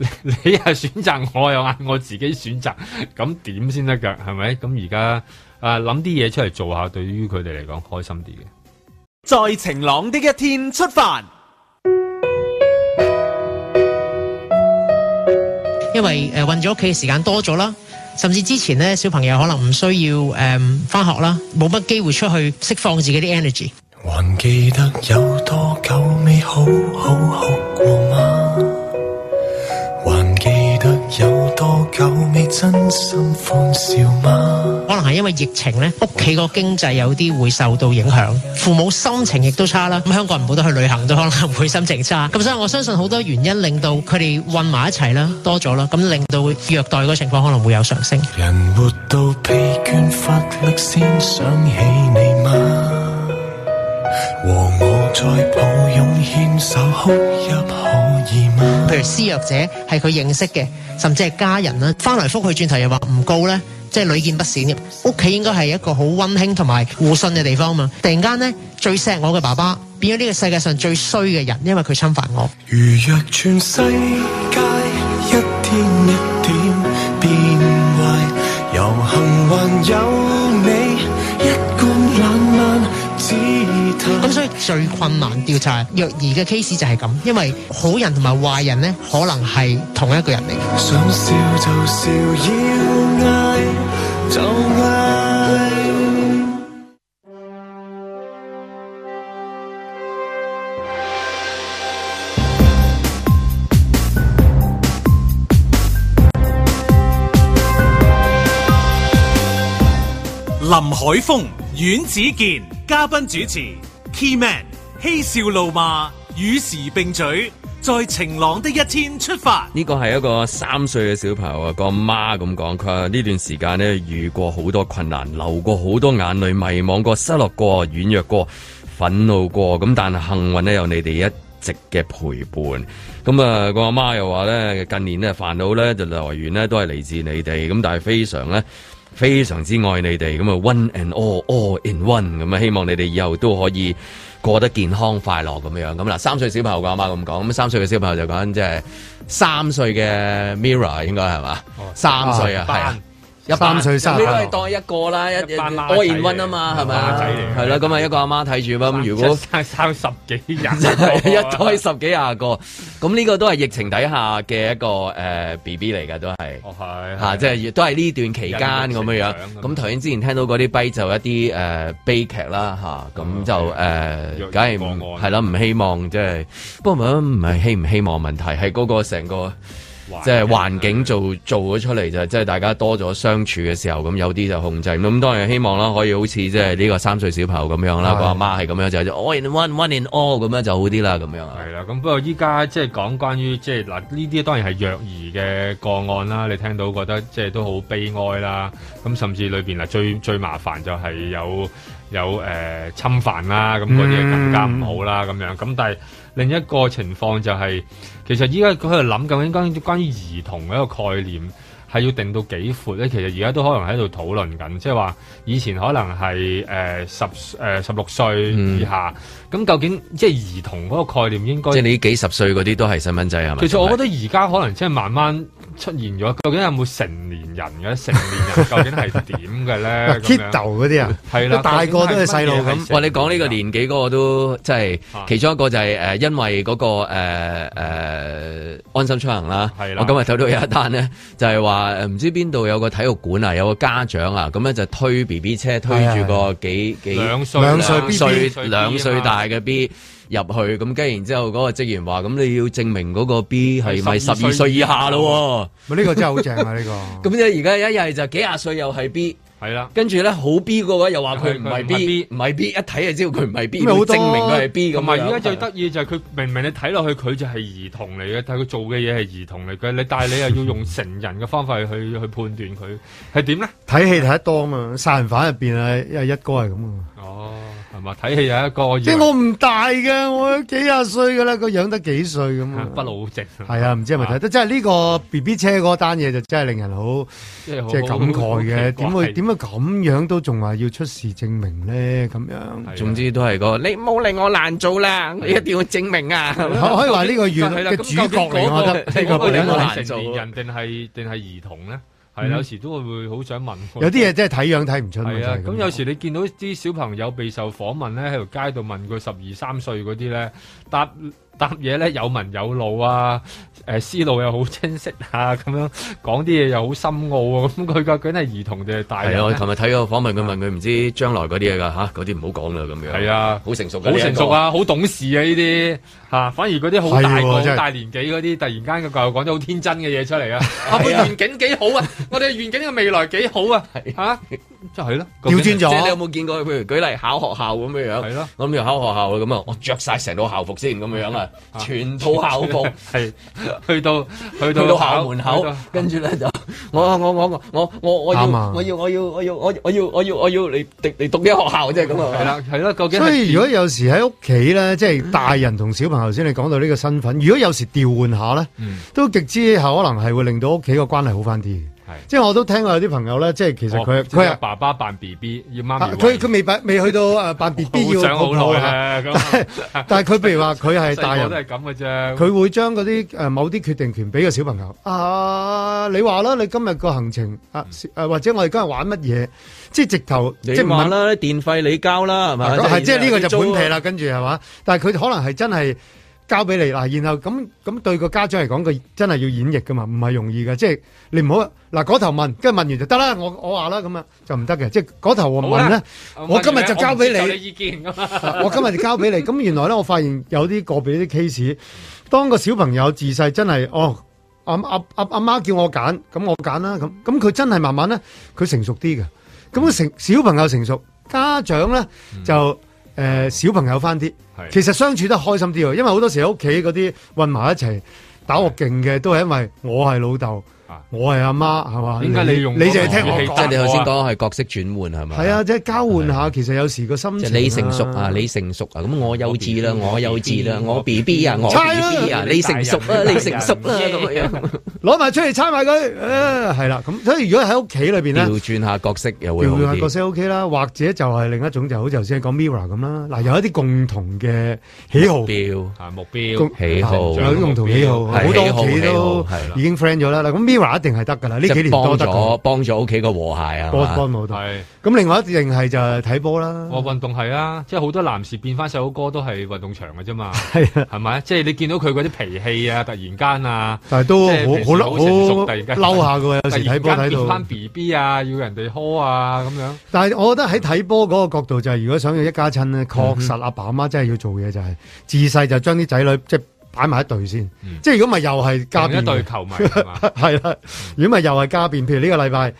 Speaker 3: 你你又選擇我，又嗌我自己選擇，咁點先得㗎？係咪？咁而家啊諗啲嘢出嚟做下，對於佢哋嚟講開心啲嘅。
Speaker 5: 在晴朗的一天出發。
Speaker 14: 因為誒困咗屋企嘅時間多咗啦，甚至之前咧小朋友可能唔需要誒翻、學啦，冇乜機會出去釋放自己啲 energy。
Speaker 11: 還記得有多久未好好哭過嗎？還記得有多久未真心歡笑嗎？
Speaker 14: 可能係因為疫情咧，屋企個經濟有啲會受到影響，父母心情亦都差啦。咁香港人冇得去旅行，都可能會心情差。咁所以我相信好多原因令到佢哋混埋一齊啦，多咗啦，咁令到虐待個情況可能會有上升。
Speaker 11: 人活到疲倦乏力，先想起你嗎？和我再抱擁牽手哭泣可以嗎？
Speaker 14: 譬如施虐者係佢認識嘅，甚至係家人啦，翻嚟覆去轉頭又話唔告咧，即係屢見不鮮嘅。屋企應該係一個好温馨同埋互信嘅地方嘛。突然間咧，最錫我嘅爸爸變咗呢個世界上最衰嘅人，因為佢侵犯我。
Speaker 11: 如若全世界一天一點變壞，遊行還有你一貫冷漫姿態。
Speaker 14: 咁所以最困難調查虐兒嘅 case 就係咁，因為好人同埋壞人咧，可能係同一個人嚟嘅。
Speaker 11: 想笑就笑，要嗌就嗌。
Speaker 1: 林海峰、阮子健嘉賓主持，Key Man 嬉笑怒罵，與時並舉，在晴朗的一天出發。
Speaker 2: 呢個係一個三歲嘅小朋友啊，個阿媽咁講，佢話呢段時間呢，遇過好多困難，流過好多眼淚，迷茫過、失落過、軟弱過、憤怒過，咁但係幸運呢，有你哋一直嘅陪伴。咁啊，個阿媽又話呢，近年呢，煩惱呢，就來源呢，都係嚟自你哋，咁但係非常呢。非常之愛你哋，咁啊 one and all all in one，咁啊希望你哋以後都可以過得健康快樂咁樣。咁嗱，三歲小朋友個阿媽咁講，咁三歲嘅小朋友就講即係三歲嘅 Mirror 應該係嘛？三歲啊，
Speaker 4: 啊
Speaker 2: 係啊。一
Speaker 4: 班三歲生日？
Speaker 2: 你都係當一個啦，一一
Speaker 3: 班啦
Speaker 2: all in one 啊嘛，係咪
Speaker 3: 一班
Speaker 2: 啊
Speaker 3: 仔嚟？嘅
Speaker 2: 係啦，咁啊一個阿媽睇住啦。咁如 果
Speaker 3: 生生十幾人，
Speaker 2: 一胎十幾廿個，咁呢個都係疫情底下嘅一個誒 B B 嚟㗎，都係，嚇，即係都係呢段期間咁樣樣。咁頭先之前聽到嗰啲跛就一啲誒悲劇啦嚇，咁就誒，梗係唔係啦，唔希望即係，不過唔唔係希唔希望問題，係嗰個成個。即係環境做做咗出嚟就即係大家多咗相處嘅時候，咁有啲就控制。咁當然希望啦，可以好似即係呢個三歲小朋友咁樣啦，
Speaker 3: 係
Speaker 2: 個阿媽係咁樣就 all in one one in all 咁樣就好啲啦，咁樣啊。
Speaker 3: 係啦，咁不過依家即係講關於即係嗱呢啲當然係虐兒嘅個案啦，你聽到覺得即係都好悲哀啦。咁甚至裏邊嗱最最麻煩就係有有誒、呃侵犯啦，咁嗰啲就更加唔好啦咁樣。咁但係另一個情況就係、其實依家佢喺度諗究竟關於關於兒童嘅一個概念。係要定到幾闊咧？其實而家都可能喺度討論緊，即係話以前可能係誒呃十誒十六歲以下，啊咁、究竟即係兒童嗰個概念應該
Speaker 2: 即係你幾十歲嗰啲都係細蚊仔係咪？
Speaker 3: 其實我覺得而家可能即係慢慢出現咗，究竟有冇成年人嘅成年人究竟係點嘅咧
Speaker 4: kiddo 啊嗰啲啊
Speaker 3: 係啦，
Speaker 4: 大個都係細路咁
Speaker 2: 哇！你講呢個年紀嗰個都即係其中一個就係誒，因為嗰個誒誒安心出行啦。
Speaker 3: 係啦
Speaker 2: 我今日睇到有一單咧，就係話誒唔知邊度有個體育館啊，有個家長啊，咁咧就推 B B 車推住個幾幾
Speaker 3: 兩歲
Speaker 2: 兩
Speaker 3: 兩歲 BB
Speaker 2: 歲兩歲大嘅 B。入去咁，跟住然之後嗰個職員話：咁你要證明嗰個 B 係咪十二歲以下咯喎？
Speaker 4: 呢個真係好正啊！呢個
Speaker 2: 咁即係而家一日就幾廿歲又係 B，
Speaker 3: 係啦，
Speaker 2: 跟住咧好 B 嗰個又話佢唔係
Speaker 3: 佢唔係
Speaker 2: B，
Speaker 3: B
Speaker 2: 唔係 B，一睇就知道佢唔係 B，
Speaker 3: 咁
Speaker 2: 要
Speaker 3: 咪好多啊
Speaker 2: 證明佢係 B 咁樣。
Speaker 3: 同埋而家最得意就係佢明明你睇落去佢就係兒童嚟嘅，但係佢做嘅嘢係兒童嚟嘅，你但係你又要用成人嘅方法去去判斷佢係點咧？
Speaker 4: 睇戲睇得多啊嘛，殺人犯入邊啊，一一哥係咁啊。
Speaker 3: 哦，係嘛？睇戲有一個我以
Speaker 4: 即
Speaker 3: 為
Speaker 4: 係我唔大嘅，我幾廿歲噶啦，個樣得幾歲咁啊？
Speaker 3: 不老症
Speaker 4: 係啊，唔知係咪睇得，即係呢個 B B 車嗰單嘢就真係令人好
Speaker 3: 即
Speaker 4: 即
Speaker 3: 係好
Speaker 4: 係感慨嘅。點
Speaker 3: 好
Speaker 4: 會
Speaker 3: 奇怪
Speaker 4: 點解咁樣都仲話要出示證明咧？咁樣，
Speaker 2: 總之都係個你唔好令我難做啦，你一定要證明啊！
Speaker 4: 可可以話呢個月嘅主角嚟，我覺得呢個
Speaker 3: 本
Speaker 4: 本
Speaker 3: 身
Speaker 4: 來
Speaker 3: 係成年人定係定係兒童咧？係
Speaker 4: 啊嗯
Speaker 3: 啦有時都會好想問。
Speaker 4: 有啲嘢真係睇樣睇唔出啊嘛。
Speaker 3: 係啊，
Speaker 4: 就係
Speaker 3: 咁有時你見到啲小朋友備受訪問咧，喺條街度問佢十二三歲嗰啲咧，答答嘢咧有文有路啊，誒、思路又好清晰啊，咁樣講啲嘢又好深奧啊，咁佢究竟係兒童定係大
Speaker 2: 係
Speaker 3: 人
Speaker 2: 啊，我
Speaker 3: 呢？
Speaker 2: 琴日睇個訪問，佢問佢唔知將來嗰啲嘢㗎嚇，嗰啲唔好講啦咁樣。
Speaker 3: 係啊，
Speaker 2: 好成熟㗎
Speaker 3: 好成熟啊，好懂事啊呢啲嚇，反而嗰啲好大
Speaker 2: 係
Speaker 3: 個、
Speaker 2: 喎
Speaker 3: 好
Speaker 2: 真係
Speaker 3: 大年紀嗰啲，突然間佢又講咗好 天啊真嘅嘢出嚟啊！啊，個願景幾好啊，我哋嘅願景嘅未來幾好啊嚇，即係咯，
Speaker 4: 調轉咗
Speaker 2: 即係你有冇見過？譬如舉例考學校咁樣樣，係咯，咁要考學校咁啊，我着晒成套校服先咁樣樣啊，全套校 服，
Speaker 3: 係去到去到
Speaker 2: 到校門口
Speaker 3: 去到，
Speaker 2: 跟住咧就我我我我我我我要
Speaker 3: 啱啊
Speaker 2: 我要我要我要我我要我要我要你讀你讀呢個學校啫咁啊，
Speaker 3: 係啦係啦，究竟
Speaker 4: 所以如果
Speaker 3: 有
Speaker 4: 有時喺屋企咧，即
Speaker 3: 嗯
Speaker 4: 係大人同小朋友先，你講到呢個身份，如果有時調換下咧，
Speaker 3: 嗯
Speaker 4: 都極之可能係會令到屋企個關係好翻啲嘅。即係我都聽過有啲朋友咧，即係其實佢佢係
Speaker 3: 哦爸爸扮 B B，要媽咪
Speaker 4: 啊佢佢未扮未去到誒扮 B B 要
Speaker 3: 好想好
Speaker 4: 抱抱
Speaker 3: 耐咧
Speaker 4: 啊但係但係佢譬如話佢係大
Speaker 3: 細個
Speaker 4: 人
Speaker 3: 都。係咁嘅啫，
Speaker 4: 佢會將嗰啲誒某啲決定權俾個小朋友。啊，你話啦，你今日個行程啊，誒或者我哋今日玩乜嘢，即係直頭，即
Speaker 2: 你
Speaker 4: 係唔
Speaker 2: 話
Speaker 4: 問
Speaker 2: 啦，電費你交啦，係咪？
Speaker 4: 係係即係呢個就本皮
Speaker 2: 地
Speaker 4: 啦，跟住係嘛？但係佢可能係真係交俾你啦，然後咁咁對個家長嚟講，佢真係要演繹噶嘛，唔係容易噶。即係你唔好嗱嗰頭問，跟住問完就得啦，我我話啦咁啊，就唔得嘅。即係嗰頭我問咧，我今日就交俾
Speaker 3: 我唔接受
Speaker 4: 你
Speaker 3: 你。意見咁
Speaker 4: 啊 我今日就交俾你。咁原來咧，我發現有啲個別啲 case，當個小朋友自細真係哦，阿阿阿阿媽叫我揀，咁我揀啦。咁咁佢真係慢慢咧，佢成熟啲嘅。咁佢成小朋友成熟，家長咧就誒、呃小朋友翻啲。其實相處得開心啲啊喎，因為好多時喺屋企嗰啲混埋一齊打我勁嘅，都係因為我係老豆，我係阿媽，係嘛？
Speaker 2: 點解你用
Speaker 4: 你就係
Speaker 2: 嗰個
Speaker 4: 聽我
Speaker 2: 語氣
Speaker 4: 講
Speaker 2: 即係你頭先講係角色轉換係咪？
Speaker 4: 係啊，即係交換下，其實有時個心
Speaker 2: 即
Speaker 4: 情
Speaker 2: 係你成熟啊，你成熟啊，咁我幼稚啦，我幼稚啦，我 B B 啊，我 B
Speaker 4: 猜啦
Speaker 2: B 啊，你成熟
Speaker 4: 大
Speaker 2: 啊，
Speaker 4: 人
Speaker 2: 你成熟啦，
Speaker 4: 大人
Speaker 2: 咁樣
Speaker 4: 攞埋出嚟猜埋佢，誒係啦。咁所以如果喺屋企裏邊咧，
Speaker 2: 調轉下角色又會好
Speaker 4: 調換下角
Speaker 2: 啲。
Speaker 4: 色 OK 啦，或者就係另一種就好似頭先講 Mirror 咁啦。嗱，有一啲共同嘅喜好。
Speaker 2: 標
Speaker 3: 啊目
Speaker 4: 共
Speaker 3: 標
Speaker 2: 喜好
Speaker 4: 有啲共同喜好，
Speaker 2: 係
Speaker 4: 好多
Speaker 2: 喜好
Speaker 4: 屋企都
Speaker 2: 喜好係啦
Speaker 4: 已經 friend 咗啦。嗱咁 Mirror 一定係得㗎啦，呢幾年
Speaker 2: 即係
Speaker 4: 多
Speaker 2: 幫
Speaker 4: 得
Speaker 2: 咗
Speaker 4: 㗎。
Speaker 2: 幫咗屋企個和諧啊，
Speaker 4: 幫
Speaker 2: 係
Speaker 4: 幫
Speaker 2: 嘛
Speaker 4: 冇到。咁另外一定係就係睇波啦。
Speaker 3: 我運動係啊，即係好多男士變翻細佬哥都係運動場嘅啫嘛，
Speaker 4: 啊
Speaker 3: 係係咪？即係你見到佢嗰啲脾氣啊，突然間啊，
Speaker 4: 但係都
Speaker 3: 即係
Speaker 4: 好
Speaker 3: 平時
Speaker 4: 好
Speaker 3: 好成熟，
Speaker 4: 好
Speaker 3: 突然間
Speaker 4: 嬲下㗎 喎有時睇波
Speaker 3: 突
Speaker 4: 睇到
Speaker 3: 然間變翻 B B 啊，要人哋呵啊咁樣。
Speaker 4: 但係我覺得喺睇波嗰個角度就係、如果想要一家
Speaker 3: 嗯
Speaker 4: 親咧，確實阿爸阿媽真係要做嘢，就係、自細就將啲仔女即係擺埋一隊先。即係如果唔係又係家變嘅
Speaker 3: 嗯同一隊球迷係嘛 嗯
Speaker 4: 係啦。如果唔係又係家變，譬如呢個禮拜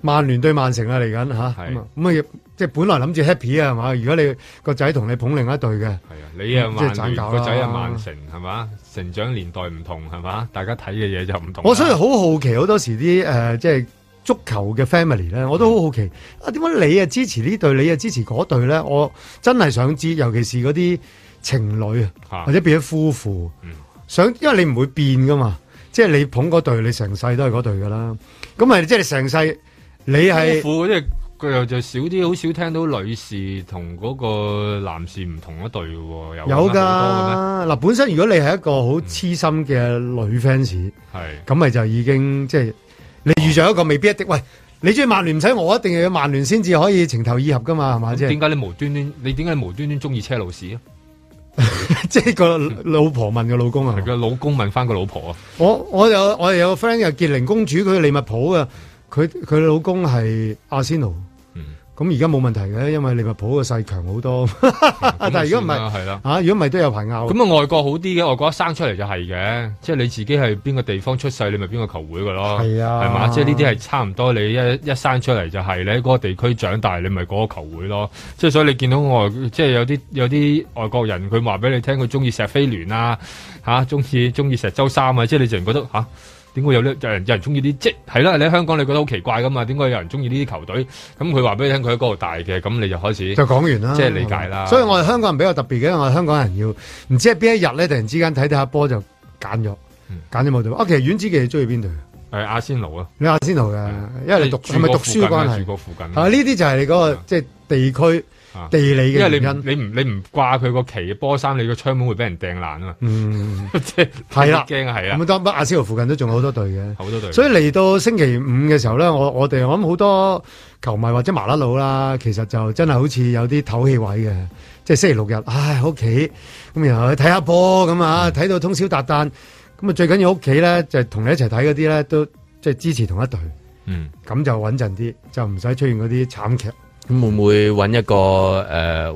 Speaker 4: 曼聯對曼城啊嚟緊嚇，咁啊咁啊即係本來諗住 happy 啊係嘛，如果你個仔同你捧另一隊嘅，係啊
Speaker 3: 你啊
Speaker 4: 即係
Speaker 3: 曼
Speaker 4: 盞
Speaker 3: 聯，
Speaker 4: 搞
Speaker 3: 個仔
Speaker 4: 啦
Speaker 3: 啊曼城係嘛？成長年代唔同係嘛？大家睇嘅嘢就唔同啦。啊
Speaker 4: 哦我所以好好奇好多時啲誒、呃即係足球嘅 family 咧，我都好好奇啊，點解你啊支持呢隊，你啊支持嗰隊咧？我真係想知，尤其是嗰啲情侶啊，或者變咗夫婦，
Speaker 3: 嗯
Speaker 4: 想因為你唔會變噶嘛，即係你捧嗰隊，你成世都係嗰隊噶啦。咁咪即係你成世你係
Speaker 3: 夫婦，即係佢又就少啲，好少聽到女士同嗰個男士唔同一隊嘅喎，有
Speaker 4: 有
Speaker 3: 㗎好
Speaker 4: 噶嗱，本身如果你係一個好痴心嘅女 fans，
Speaker 3: 係
Speaker 4: 咁咪就已經即係你遇上一個未必一定喂，你中意曼聯唔使我一定要有曼聯先至可以情投意合噶嘛，係嘛？啊即
Speaker 3: 多嘅咩？點解
Speaker 4: 係
Speaker 3: 你無端端你點解你無端端中意車路士啊？
Speaker 4: 即係個老婆問個老公啊，
Speaker 3: 個老公問翻個老婆啊，
Speaker 4: 我我有我有個 friend 又傑靈公主，佢利物浦啊，佢佢老公係阿仙奴。
Speaker 3: 嗯
Speaker 4: 咁而家冇問題嘅，因為利物浦個勢強好多。 但係如果唔
Speaker 3: 啊算啦係
Speaker 4: 係，
Speaker 3: 啦
Speaker 4: 啊，如果唔係都有排拗。
Speaker 3: 咁啊，外國好啲嘅，外國一生出嚟就係嘅，即係你自己係邊個地方出世，你咪邊個球會嘅咯，
Speaker 4: 係啊
Speaker 3: 係嘛？即係呢啲係差唔多，你一一生出嚟就係你喺嗰個地區長大，你咪嗰個球會咯。即係所以你見到外，即係有啲有啲外國人佢話俾你聽，佢中意石飛聯啊，嚇中意中意石周三啊，即係你自然覺得嚇。點解有呢？有人有人中意啲即係啦？你喺香港你覺得好奇怪噶嘛？點解有人中意呢啲球隊？咁佢話俾你聽，佢喺嗰度大嘅，咁你就開始
Speaker 4: 就講完啦，
Speaker 3: 即係理解啦。
Speaker 4: 所以我哋香港人比較特別嘅，因為我哋香港人要唔知係邊一日咧，突然之間睇睇下波就揀咗，
Speaker 3: 嗯
Speaker 4: 揀咗冇隊。啊，其實阮子健中意邊隊？
Speaker 3: 誒阿仙奴啊，
Speaker 4: 你阿仙奴嘅，因為你讀
Speaker 3: 住
Speaker 4: 係咪
Speaker 3: 過
Speaker 4: 讀
Speaker 3: 附
Speaker 4: 書
Speaker 3: 近啊
Speaker 4: 關係？
Speaker 3: 住過附近啊
Speaker 4: 啊，呢啲就係你嗰個即係地區
Speaker 3: 啊
Speaker 4: 地理
Speaker 3: 因
Speaker 4: 嘅
Speaker 3: 為你唔
Speaker 4: 原因。
Speaker 3: 你唔你唔掛佢個旗波衫，你個窗門會俾人掟爛啊嘛。
Speaker 4: 嗯，
Speaker 3: 即係
Speaker 4: 係啦，
Speaker 3: 驚啊係啊
Speaker 4: 咁，當不過阿仙奴附近都仲有好多隊嘅，
Speaker 3: 好多隊
Speaker 4: 所以嚟到星期五嘅時候咧，我我哋我諗好多球迷或者麻甩佬啦，其實就真係好似有啲唞氣位嘅，即係星期六日，唉喺屋企咁然後去睇下波咁
Speaker 3: 嗯
Speaker 4: 啊，睇到通宵達旦，咁啊最緊要屋企咧就同你一齊睇嗰啲咧都即係支持同一隊，
Speaker 3: 嗯，
Speaker 4: 咁就穩陣啲，就唔使出現嗰啲慘劇。
Speaker 2: 咁會唔會揾一個誒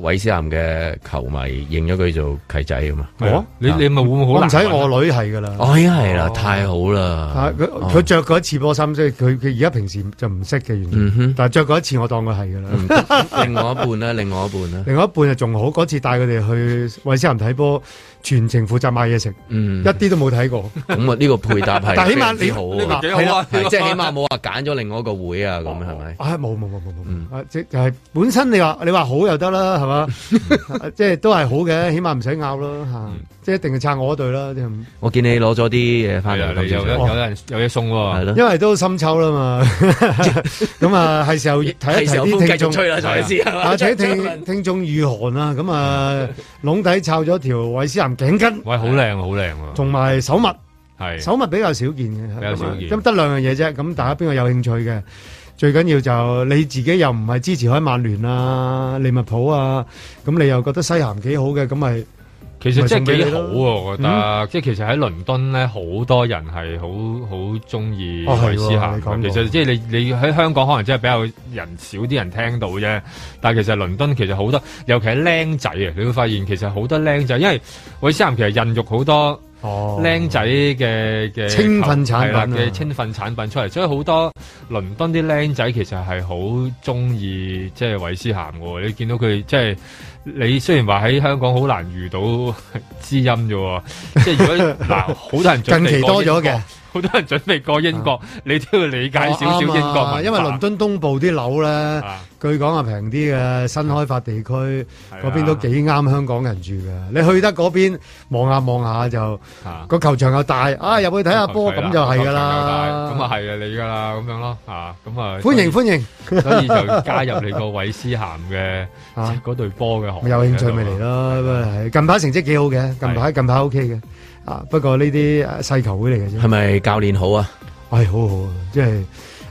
Speaker 2: 韋斯咸嘅球迷認咗佢做契仔咁啊？
Speaker 4: 哦
Speaker 3: 你你咪會唔會好
Speaker 4: 我
Speaker 3: 難
Speaker 4: 唔使
Speaker 3: 揾啊
Speaker 4: 我女係㗎啦。
Speaker 2: 哦，已經係啦，太好啦！
Speaker 4: 啊！佢佢着過一次波衫，即係佢佢而家平時就唔識嘅完全，
Speaker 2: 嗯哼
Speaker 4: 但係着過一次我當佢係
Speaker 2: 嗯
Speaker 4: 㗎啦。
Speaker 2: 另外一半啦，另外一半啦，
Speaker 4: 另外一半就仲好，嗰次帶佢哋去韋斯咸睇波，全程負責買嘢食，
Speaker 2: 嗯
Speaker 4: 一啲都冇睇 過。
Speaker 2: 咁啊呢個配搭係
Speaker 4: 但
Speaker 2: 非
Speaker 4: 起碼
Speaker 2: 常之
Speaker 4: 你
Speaker 2: 好
Speaker 4: 呢個幾好啊
Speaker 2: 係
Speaker 4: 呢個
Speaker 2: 即係起碼冇話揀咗另外一個會啊，咁係咪？
Speaker 4: 啊，冇冇冇冇
Speaker 2: 嗯
Speaker 4: 冇，啊，即就係本身你話你話好又得啦， 係嘛？啊即係都係好嘅，起碼唔使拗啦嚇，
Speaker 2: 嗯
Speaker 4: 即係一定係撐我隊啦，即係咁
Speaker 2: 我見你攞咗啲嘢翻
Speaker 3: 係啊
Speaker 2: 嚟，
Speaker 3: 你有有有人有嘢送喎，
Speaker 2: 係咯
Speaker 4: 因為都深秋啦嘛， 咁啊係時候睇一
Speaker 2: 係時
Speaker 4: 睇
Speaker 2: 候
Speaker 4: 啲
Speaker 2: 風繼
Speaker 4: 聽
Speaker 2: 續
Speaker 4: 眾
Speaker 2: 吹啦蔡思係嘛
Speaker 4: 啊睇一
Speaker 2: 張
Speaker 4: 聽聽眾御寒啦，咁啊籠底摷咗條韋斯咸頸巾，
Speaker 3: 喂，好靚好啊靚喎，
Speaker 4: 同埋手襪。
Speaker 3: 係
Speaker 4: 手物比較少見嘅，
Speaker 3: 比較少見
Speaker 4: 咁得兩樣嘢啫。咁大家邊個有興趣嘅？最緊要就你自己又唔係支持開曼聯啊、利物浦啊，咁你又覺得西咸幾好嘅，咁咪
Speaker 3: 其實真係幾好啊！
Speaker 4: 咪
Speaker 3: 我覺
Speaker 4: 送俾你嗯咯
Speaker 3: 得，即係其實喺倫敦咧，好多人係好好中意
Speaker 4: 哦係
Speaker 3: 韋斯咸
Speaker 4: 喎你講
Speaker 3: 嘅。其
Speaker 4: 過
Speaker 3: 實即係你你喺香港可能真係比較人少啲人聽到啫，但係其實倫敦其實好多，尤其係僆仔啊，你會發現其實好多僆仔，因為韋斯咸其實孕育好多。
Speaker 4: 哦
Speaker 3: 僆仔嘅嘅
Speaker 4: 青訓產品啊
Speaker 3: 係啦嘅 青訓產品出嚟，所以好多倫敦啲僆仔其實係好中意即係韋斯咸嘅喎。你見到佢即係你雖然話喺香港好難遇到知音啫喎，即係如果嗱好多人準備過
Speaker 4: 近期多咗
Speaker 3: 英國
Speaker 4: 嘅，
Speaker 3: 好多人準備過英國，你都要理解少少英
Speaker 4: 啱
Speaker 3: 國文
Speaker 4: 啊
Speaker 3: 化
Speaker 4: 因為倫敦東部啲樓咧，據講係平啲嘅，新開發地區嗰邊都幾啱香港人住嘅。你去得嗰邊望下望下就個球場又大，啊入去睇下波咁就係㗎啦。
Speaker 3: 咁啊係啊你㗎啦，咁樣咯啊，咁啊
Speaker 4: 歡迎歡迎，
Speaker 3: 所以就加入你個韋斯咸嘅
Speaker 4: 啊
Speaker 3: 嗰隊波嘅行
Speaker 4: 咪有興趣咪嚟咯，係近排成績幾好嘅，近排近排 OK 嘅，啊不過呢啲誒細球會嚟嘅啫，
Speaker 2: 係咪教練好啊？
Speaker 4: 唉好好啊，即係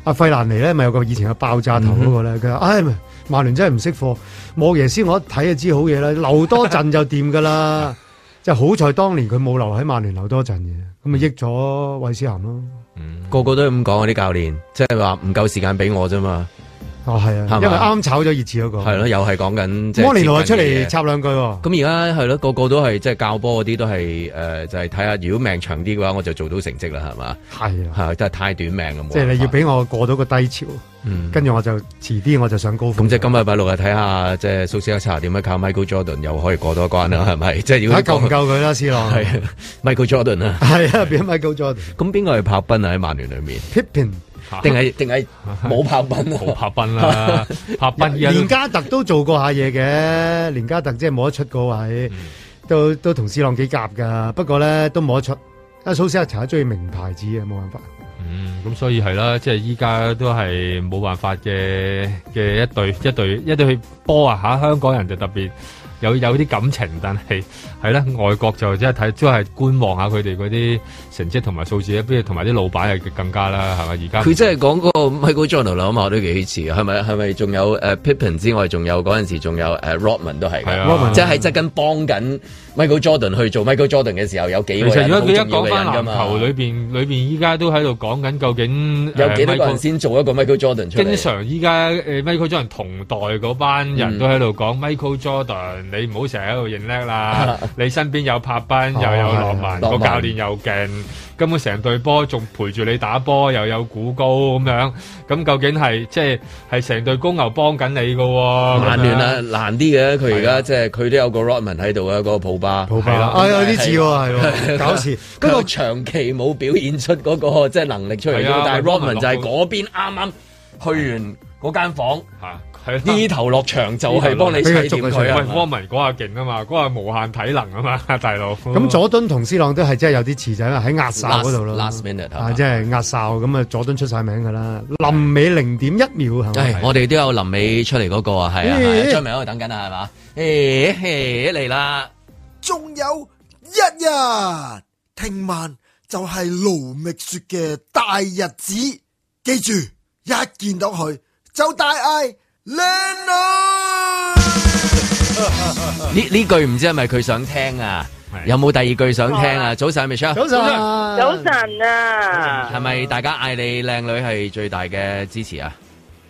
Speaker 4: 阿費蘭尼咧，咪有個以前嘅爆炸頭嗰
Speaker 2: 嗯
Speaker 4: 個咧，佢話唉曼聯真係唔識貨，莫耶斯我一睇就知好嘢啦，留多陣就掂噶 啦，即係好在當年佢冇留喺曼聯留多陣嘅，咁咪益咗韋斯咸咯，嗯
Speaker 2: 個個都咁講啊！啲教練即係話唔夠時間俾我啫嘛，
Speaker 4: 哦係啊，
Speaker 2: 係嘛
Speaker 4: 因為啱炒咗熱刺嗰個，
Speaker 2: 係咯，又係講緊即係
Speaker 4: 哦摩連奴又出
Speaker 2: 接近嘅
Speaker 4: 嚟
Speaker 2: 嘢
Speaker 4: 插兩句喎。
Speaker 2: 咁而家係咯，個個都係即係教波嗰啲都係誒、呃就係睇下如果命長啲嘅話，我就做到成績啦，係嘛？
Speaker 4: 係啊，
Speaker 2: 係真係太短命啦，冇
Speaker 4: 即係
Speaker 2: 辦
Speaker 4: 你
Speaker 2: 法
Speaker 4: 要俾我過到個低潮，
Speaker 2: 嗯
Speaker 4: 跟住我就遲啲我就上高峰。
Speaker 2: 咁即係今日禮拜六啊，睇下即係蘇斯克查點樣靠 Michael Jordan 又可以過多關啦，
Speaker 3: 嗯
Speaker 2: 係咪？即係如果
Speaker 4: 睇夠唔夠佢啦，C 朗
Speaker 2: 係啊 Michael Jordan 啊，
Speaker 4: 係啊，變咗 Michael Jordan。
Speaker 2: 咁邊個係柏賓啊？喺曼聯裏面
Speaker 4: Pippen
Speaker 2: 定係定 係冇柏賓啊？
Speaker 3: 冇柏賓啦，柏賓依家
Speaker 4: 連加特都做過下嘢嘅，連加特即係冇得出個位，都都同 C 朗幾夾噶。不過咧都冇得出。阿蘇斯克查中意名牌子嘅，冇辦法。
Speaker 3: 嗯，咁所以係啦，即係依家都係冇辦法嘅嘅一隊一隊一隊波啊吓，香港人就特別有有啲感情，但係係啦，外國就即係睇都係觀望下佢哋嗰啲成績同埋數字，不如同埋啲老闆係更加啦，係咪？而家
Speaker 2: 佢真係講嗰個 Michael Jordan 兩下都幾似，啊係咪？係咪仲有誒 Pippen 之外，仲有嗰陣時仲有誒 Rodman 都係
Speaker 3: 係
Speaker 2: 㗎，
Speaker 3: 啊 Rodman
Speaker 2: 即係側跟幫緊 Michael Jordan 去做 Michael Jordan 嘅時候，有幾
Speaker 3: 其
Speaker 2: 個
Speaker 3: 實
Speaker 2: 人
Speaker 3: 如
Speaker 2: 好
Speaker 3: 果
Speaker 2: 重
Speaker 3: 佢一
Speaker 2: 要
Speaker 3: 講
Speaker 2: 嘅人
Speaker 3: 翻
Speaker 2: 㗎
Speaker 3: 籃
Speaker 2: 嘛
Speaker 3: 球。裏邊裏邊依家都喺度講緊究竟
Speaker 2: 有幾多個人
Speaker 3: 誒
Speaker 2: 先做一個 Michael Jordan 出嚟？
Speaker 3: 呃經常依家誒 Michael Jordan 同代嗰班
Speaker 2: 嗯
Speaker 3: 人都喺度講 Michael Jordan，你唔好成日喺度認 叻啦，你身邊有柏賓，又有羅文，
Speaker 2: 哦
Speaker 3: 個
Speaker 2: 係
Speaker 3: 教練又勁，根本成隊波仲陪住你打波，又有鼓高咁樣，咁究竟係即係係成隊公牛幫緊你嘅喎？
Speaker 2: 曼聯啊，難啲嘅，佢而
Speaker 3: 啊
Speaker 2: 家即係佢都有個 Rodman 喺度啊，嗰個普巴，普
Speaker 4: 巴啊有 啲似喎係喎搞事
Speaker 2: 不過長期冇表現出嗰個即係能力出嚟
Speaker 3: 係
Speaker 2: 啫
Speaker 3: 啊，
Speaker 2: 但係
Speaker 3: Rodman
Speaker 2: Rodman 就係嗰邊啱啱去完嗰間房，呢頭落場就係幫你砌掂佢
Speaker 3: 喂，
Speaker 2: 啊。
Speaker 3: 科文嗰下勁啊嘛，嗰下無限體能啊嘛， 大佬。
Speaker 4: 咁佐敦同 C 朗都係真係有啲似，就因為喺壓哨嗰度咯。
Speaker 2: Last- last minute，
Speaker 4: 啊，即係壓哨咁啊！佐敦出晒名噶啦，臨尾零點一秒係
Speaker 2: 唉
Speaker 4: 咪？，
Speaker 2: 我哋都有臨尾出嚟嗰個啊，係啊，係啊
Speaker 15: 咦
Speaker 2: 張明喺度等緊啊，係嘛？誒誒嚟啦！
Speaker 15: 仲有一日，聽晚就係盧覓雪嘅大日子，記住一見到佢就大嗌靚女。
Speaker 2: 呢呢句唔知係咪佢想聽啊？有冇第二句想聽啊？早晨，Michelle。
Speaker 4: 早晨
Speaker 16: 早晨啊！
Speaker 2: 係咪大家嗌你靚女係最大嘅支持啊？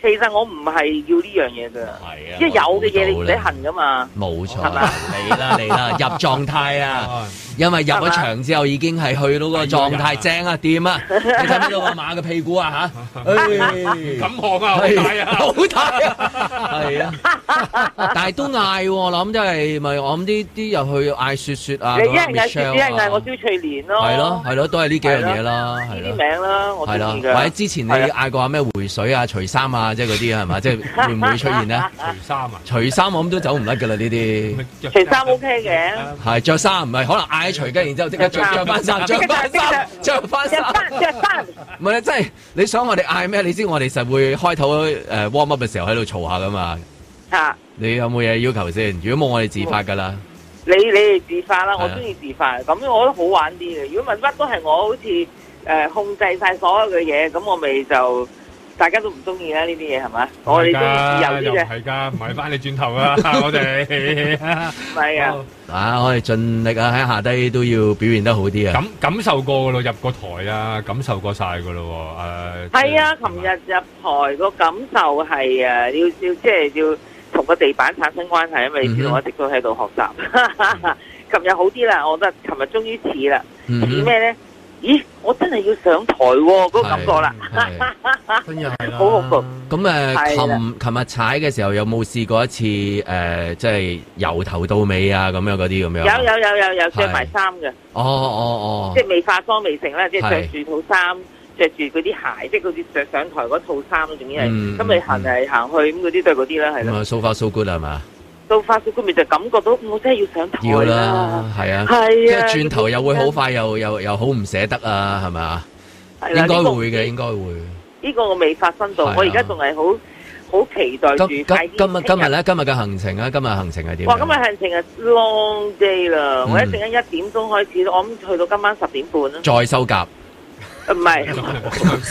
Speaker 16: 其實我唔係要呢樣嘢
Speaker 3: 啊
Speaker 2: 㗎，
Speaker 16: 即係有嘅嘢你唔使恨㗎嘛。
Speaker 2: 冇錯，
Speaker 16: 係嘛
Speaker 2: 嚟 啦嚟啦，入狀態啊！因為入咗場之後已經係去到個狀態正啊，掂啊！你睇唔睇到個馬嘅屁股啊 哎吓？唉
Speaker 3: 咁看啊，好大啊，
Speaker 2: 好大啊，係啊！但係都嗌喎，我諗即係咪我諗啲啲入去嗌雪雪啊，
Speaker 16: 你一係嗌雪，
Speaker 2: Michelle
Speaker 16: 一係嗌
Speaker 2: 啊
Speaker 16: 我蕭翠蓮咯。
Speaker 2: 係咯，係咯，都係呢幾樣嘢啦，
Speaker 16: 呢
Speaker 2: 係咯。
Speaker 16: 啲名啦，我中
Speaker 2: 係啦，或
Speaker 16: 意
Speaker 2: 者
Speaker 16: 㗎。
Speaker 2: 之前你嗌過話咩回水啊、除衫啊，即係嗰啲係嘛？即 係會唔會出現呢？
Speaker 3: 除衫啊，
Speaker 2: 除衫我諗都走唔甩㗎啦，呢啲
Speaker 16: 除衫 OK 嘅，
Speaker 2: 係着衫，唔係可能嗌除，跟住然之後即刻 着着翻衫，着翻衫，着翻衫，
Speaker 16: 着翻。
Speaker 2: 唔係咧，真係你想我哋嗌咩？你知我哋實會開頭誒 warm up 嘅時候喺度嘈下噶嘛。
Speaker 16: 嚇！
Speaker 2: 你有冇嘢要求先？如果冇，我哋自發㗎啦。
Speaker 16: 你你哋自發啦，
Speaker 2: 係啊
Speaker 16: 我中意自發，咁我覺得好玩啲嘅。如果問乜都係我好似誒、呃控制晒所有嘅嘢，咁我咪就大家都唔中意啦呢啲嘢係嘛？我哋中意自由
Speaker 3: 又
Speaker 16: 啊啲
Speaker 3: 唔
Speaker 16: 嘅，
Speaker 3: 係㗎，唔係翻你轉頭啊！ 我哋
Speaker 16: 咪 啊！
Speaker 2: 啊，我哋盡力啊，喺下低都要表現得好啲啊
Speaker 3: 感。感受過㗎咯，入過台啊，感受過晒㗎咯喎，誒
Speaker 16: 係啊，琴日入台個感受係誒要要即係要同個地板產生關係，因為你知道我一直都喺度學習。 琴日好啲啦，我覺得琴日終於似啦，
Speaker 2: 嗯
Speaker 16: 似咩咧？咦，我真係要上台喎、嗰、個感覺啦，
Speaker 4: 真係啊
Speaker 2: 啦
Speaker 16: 好恐怖。
Speaker 2: 咁誒，
Speaker 16: 哦係啦
Speaker 2: 琴琴日踩嘅時候有冇試過一次誒、即係由頭到尾啊咁樣嗰啲咁樣？
Speaker 16: 有有有有有着埋衫嘅，
Speaker 2: 哦哦哦，
Speaker 16: 即係未化妝未成啦，即係
Speaker 2: 係
Speaker 16: 着住套衫，着住嗰啲鞋，即係嗰啲着上台嗰套衫啊仲要
Speaker 2: 嗯
Speaker 16: 係咁你行嚟行去咁嗰啲都係嗰啲啦，係
Speaker 2: 咁
Speaker 16: 啦。
Speaker 2: 啊，so far so good 係嘛？
Speaker 16: 到化雪官咪就感覺到我真係要上台
Speaker 2: 要
Speaker 16: 啦
Speaker 2: 啦，，係啊，
Speaker 16: 哦係啊
Speaker 2: 即係轉頭又會好快又又又好唔捨得啊，係咪啊？
Speaker 16: 係啦
Speaker 2: 應該
Speaker 16: 呢個
Speaker 2: 會嘅，應該會。
Speaker 16: 呢個我未發生到
Speaker 2: 係啊，
Speaker 16: 我而家仲係好好期待住
Speaker 2: 今
Speaker 16: 快啲
Speaker 2: 今日今日
Speaker 16: 聽
Speaker 2: 咧，今日嘅行程啊，今日行程係點
Speaker 16: 哇！今
Speaker 2: 樣？
Speaker 16: 日行程係 long day 啦，
Speaker 2: 嗯
Speaker 16: 我一陣間一點鐘開始，我諗去到今晚十點半啦。
Speaker 2: 再收夾，
Speaker 16: 唔係，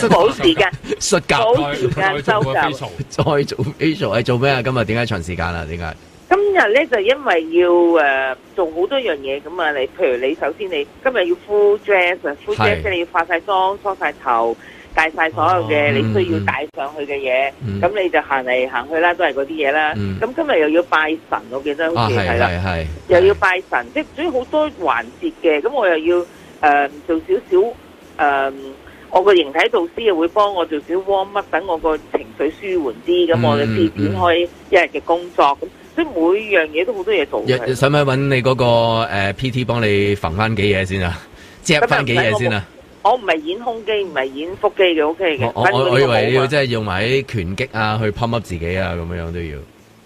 Speaker 16: 冇時間，
Speaker 2: 摔夾，
Speaker 16: 冇時間收夾。
Speaker 2: 再做 facial 係做咩啊？今日點解長時間啊？點解？
Speaker 16: 今日咧就因為要誒、呃做好多樣嘢咁啊，你譬如你首先你今日要 full dress 啊，full
Speaker 17: 係
Speaker 16: dress 即係你要化晒妝、梳晒頭、戴晒所有嘅、
Speaker 17: 哦
Speaker 16: 你需要
Speaker 17: 嗯
Speaker 16: 戴上去嘅嘢，咁、
Speaker 17: 嗯
Speaker 16: 你就行嚟行去啦，都係嗰啲嘢啦。咁、
Speaker 17: 嗯
Speaker 16: 今日又要拜神，我記得好
Speaker 2: 啊，
Speaker 16: 似
Speaker 2: 係
Speaker 16: 係啦。
Speaker 2: 係係。
Speaker 16: 又要拜神，即係總之好多環節嘅。咁我又要誒、呃做少少誒、呃我個形體導師又會幫我做少 warm up，等我個情緒舒緩啲。咁、
Speaker 2: 嗯
Speaker 16: 我就先展開一日嘅工作。咁所以每樣嘢都好多嘢做
Speaker 2: 有
Speaker 16: 嘅。
Speaker 2: 使唔使揾你嗰個誒 PT 幫你縫翻幾嘢先啊？
Speaker 16: 咁
Speaker 2: 隻
Speaker 16: 又
Speaker 2: 翻幾嘢先啊？
Speaker 16: 我唔係演胸肌，唔係演腹肌嘅，OK 嘅
Speaker 2: 我。我我我以為你要
Speaker 16: 啫。
Speaker 2: 即係用埋啲拳擊啊，去 pump up 自己啊，咁樣都要。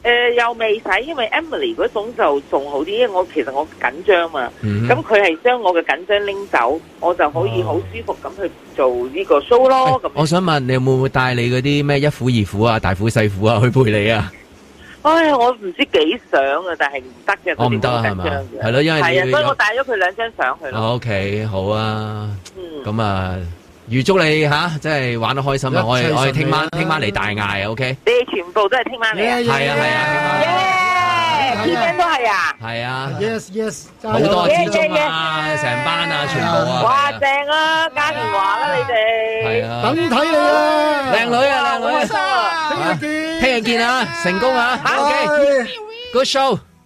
Speaker 16: 誒、呃又未使，因為 Emily 嗰種就仲好啲，因為我其實我緊張嘛，
Speaker 2: 嗯哦
Speaker 16: 咁佢係將我嘅緊張拎走，我就可以好舒服咁去做呢個 show 咯。哦咁、
Speaker 2: 我想問你有冇帶你嗰啲咩一虎二虎啊、大虎細虎啊去陪你啊？
Speaker 16: 唉，哎我唔知幾想啊，但係唔得嘅，
Speaker 2: 我唔得啊
Speaker 16: 佢哋好緊張
Speaker 2: 係嘛
Speaker 16: 嘅
Speaker 2: 係咯因為你
Speaker 16: 係啊，所以
Speaker 2: 有
Speaker 16: 我帶咗佢兩張相去咯。
Speaker 2: O K，好啊
Speaker 16: 嗯，
Speaker 2: 咁啊，預祝你吓，即係玩得開心
Speaker 16: 一
Speaker 2: 啊！
Speaker 16: 切
Speaker 2: 我哋我哋
Speaker 16: 順利
Speaker 2: 聽晚
Speaker 16: 啦
Speaker 2: 聽晚嚟大嗌，O K，
Speaker 16: 你哋全部都係聽晚嚟啊？
Speaker 2: 係啊係啊，
Speaker 16: 啊，T 都係啊，
Speaker 2: 係啊，
Speaker 4: Yes yes，
Speaker 2: 好多之中啊，成班啊，全部啊，
Speaker 16: 哇，正啊，嘉年華啦，你哋
Speaker 2: 係啊，
Speaker 4: 等睇你啊，
Speaker 2: 靚女啊，靚
Speaker 16: 哇好開
Speaker 2: 女
Speaker 16: 心啊
Speaker 2: 啊，聽日見，聽日見啊，成功啊，O K，good show。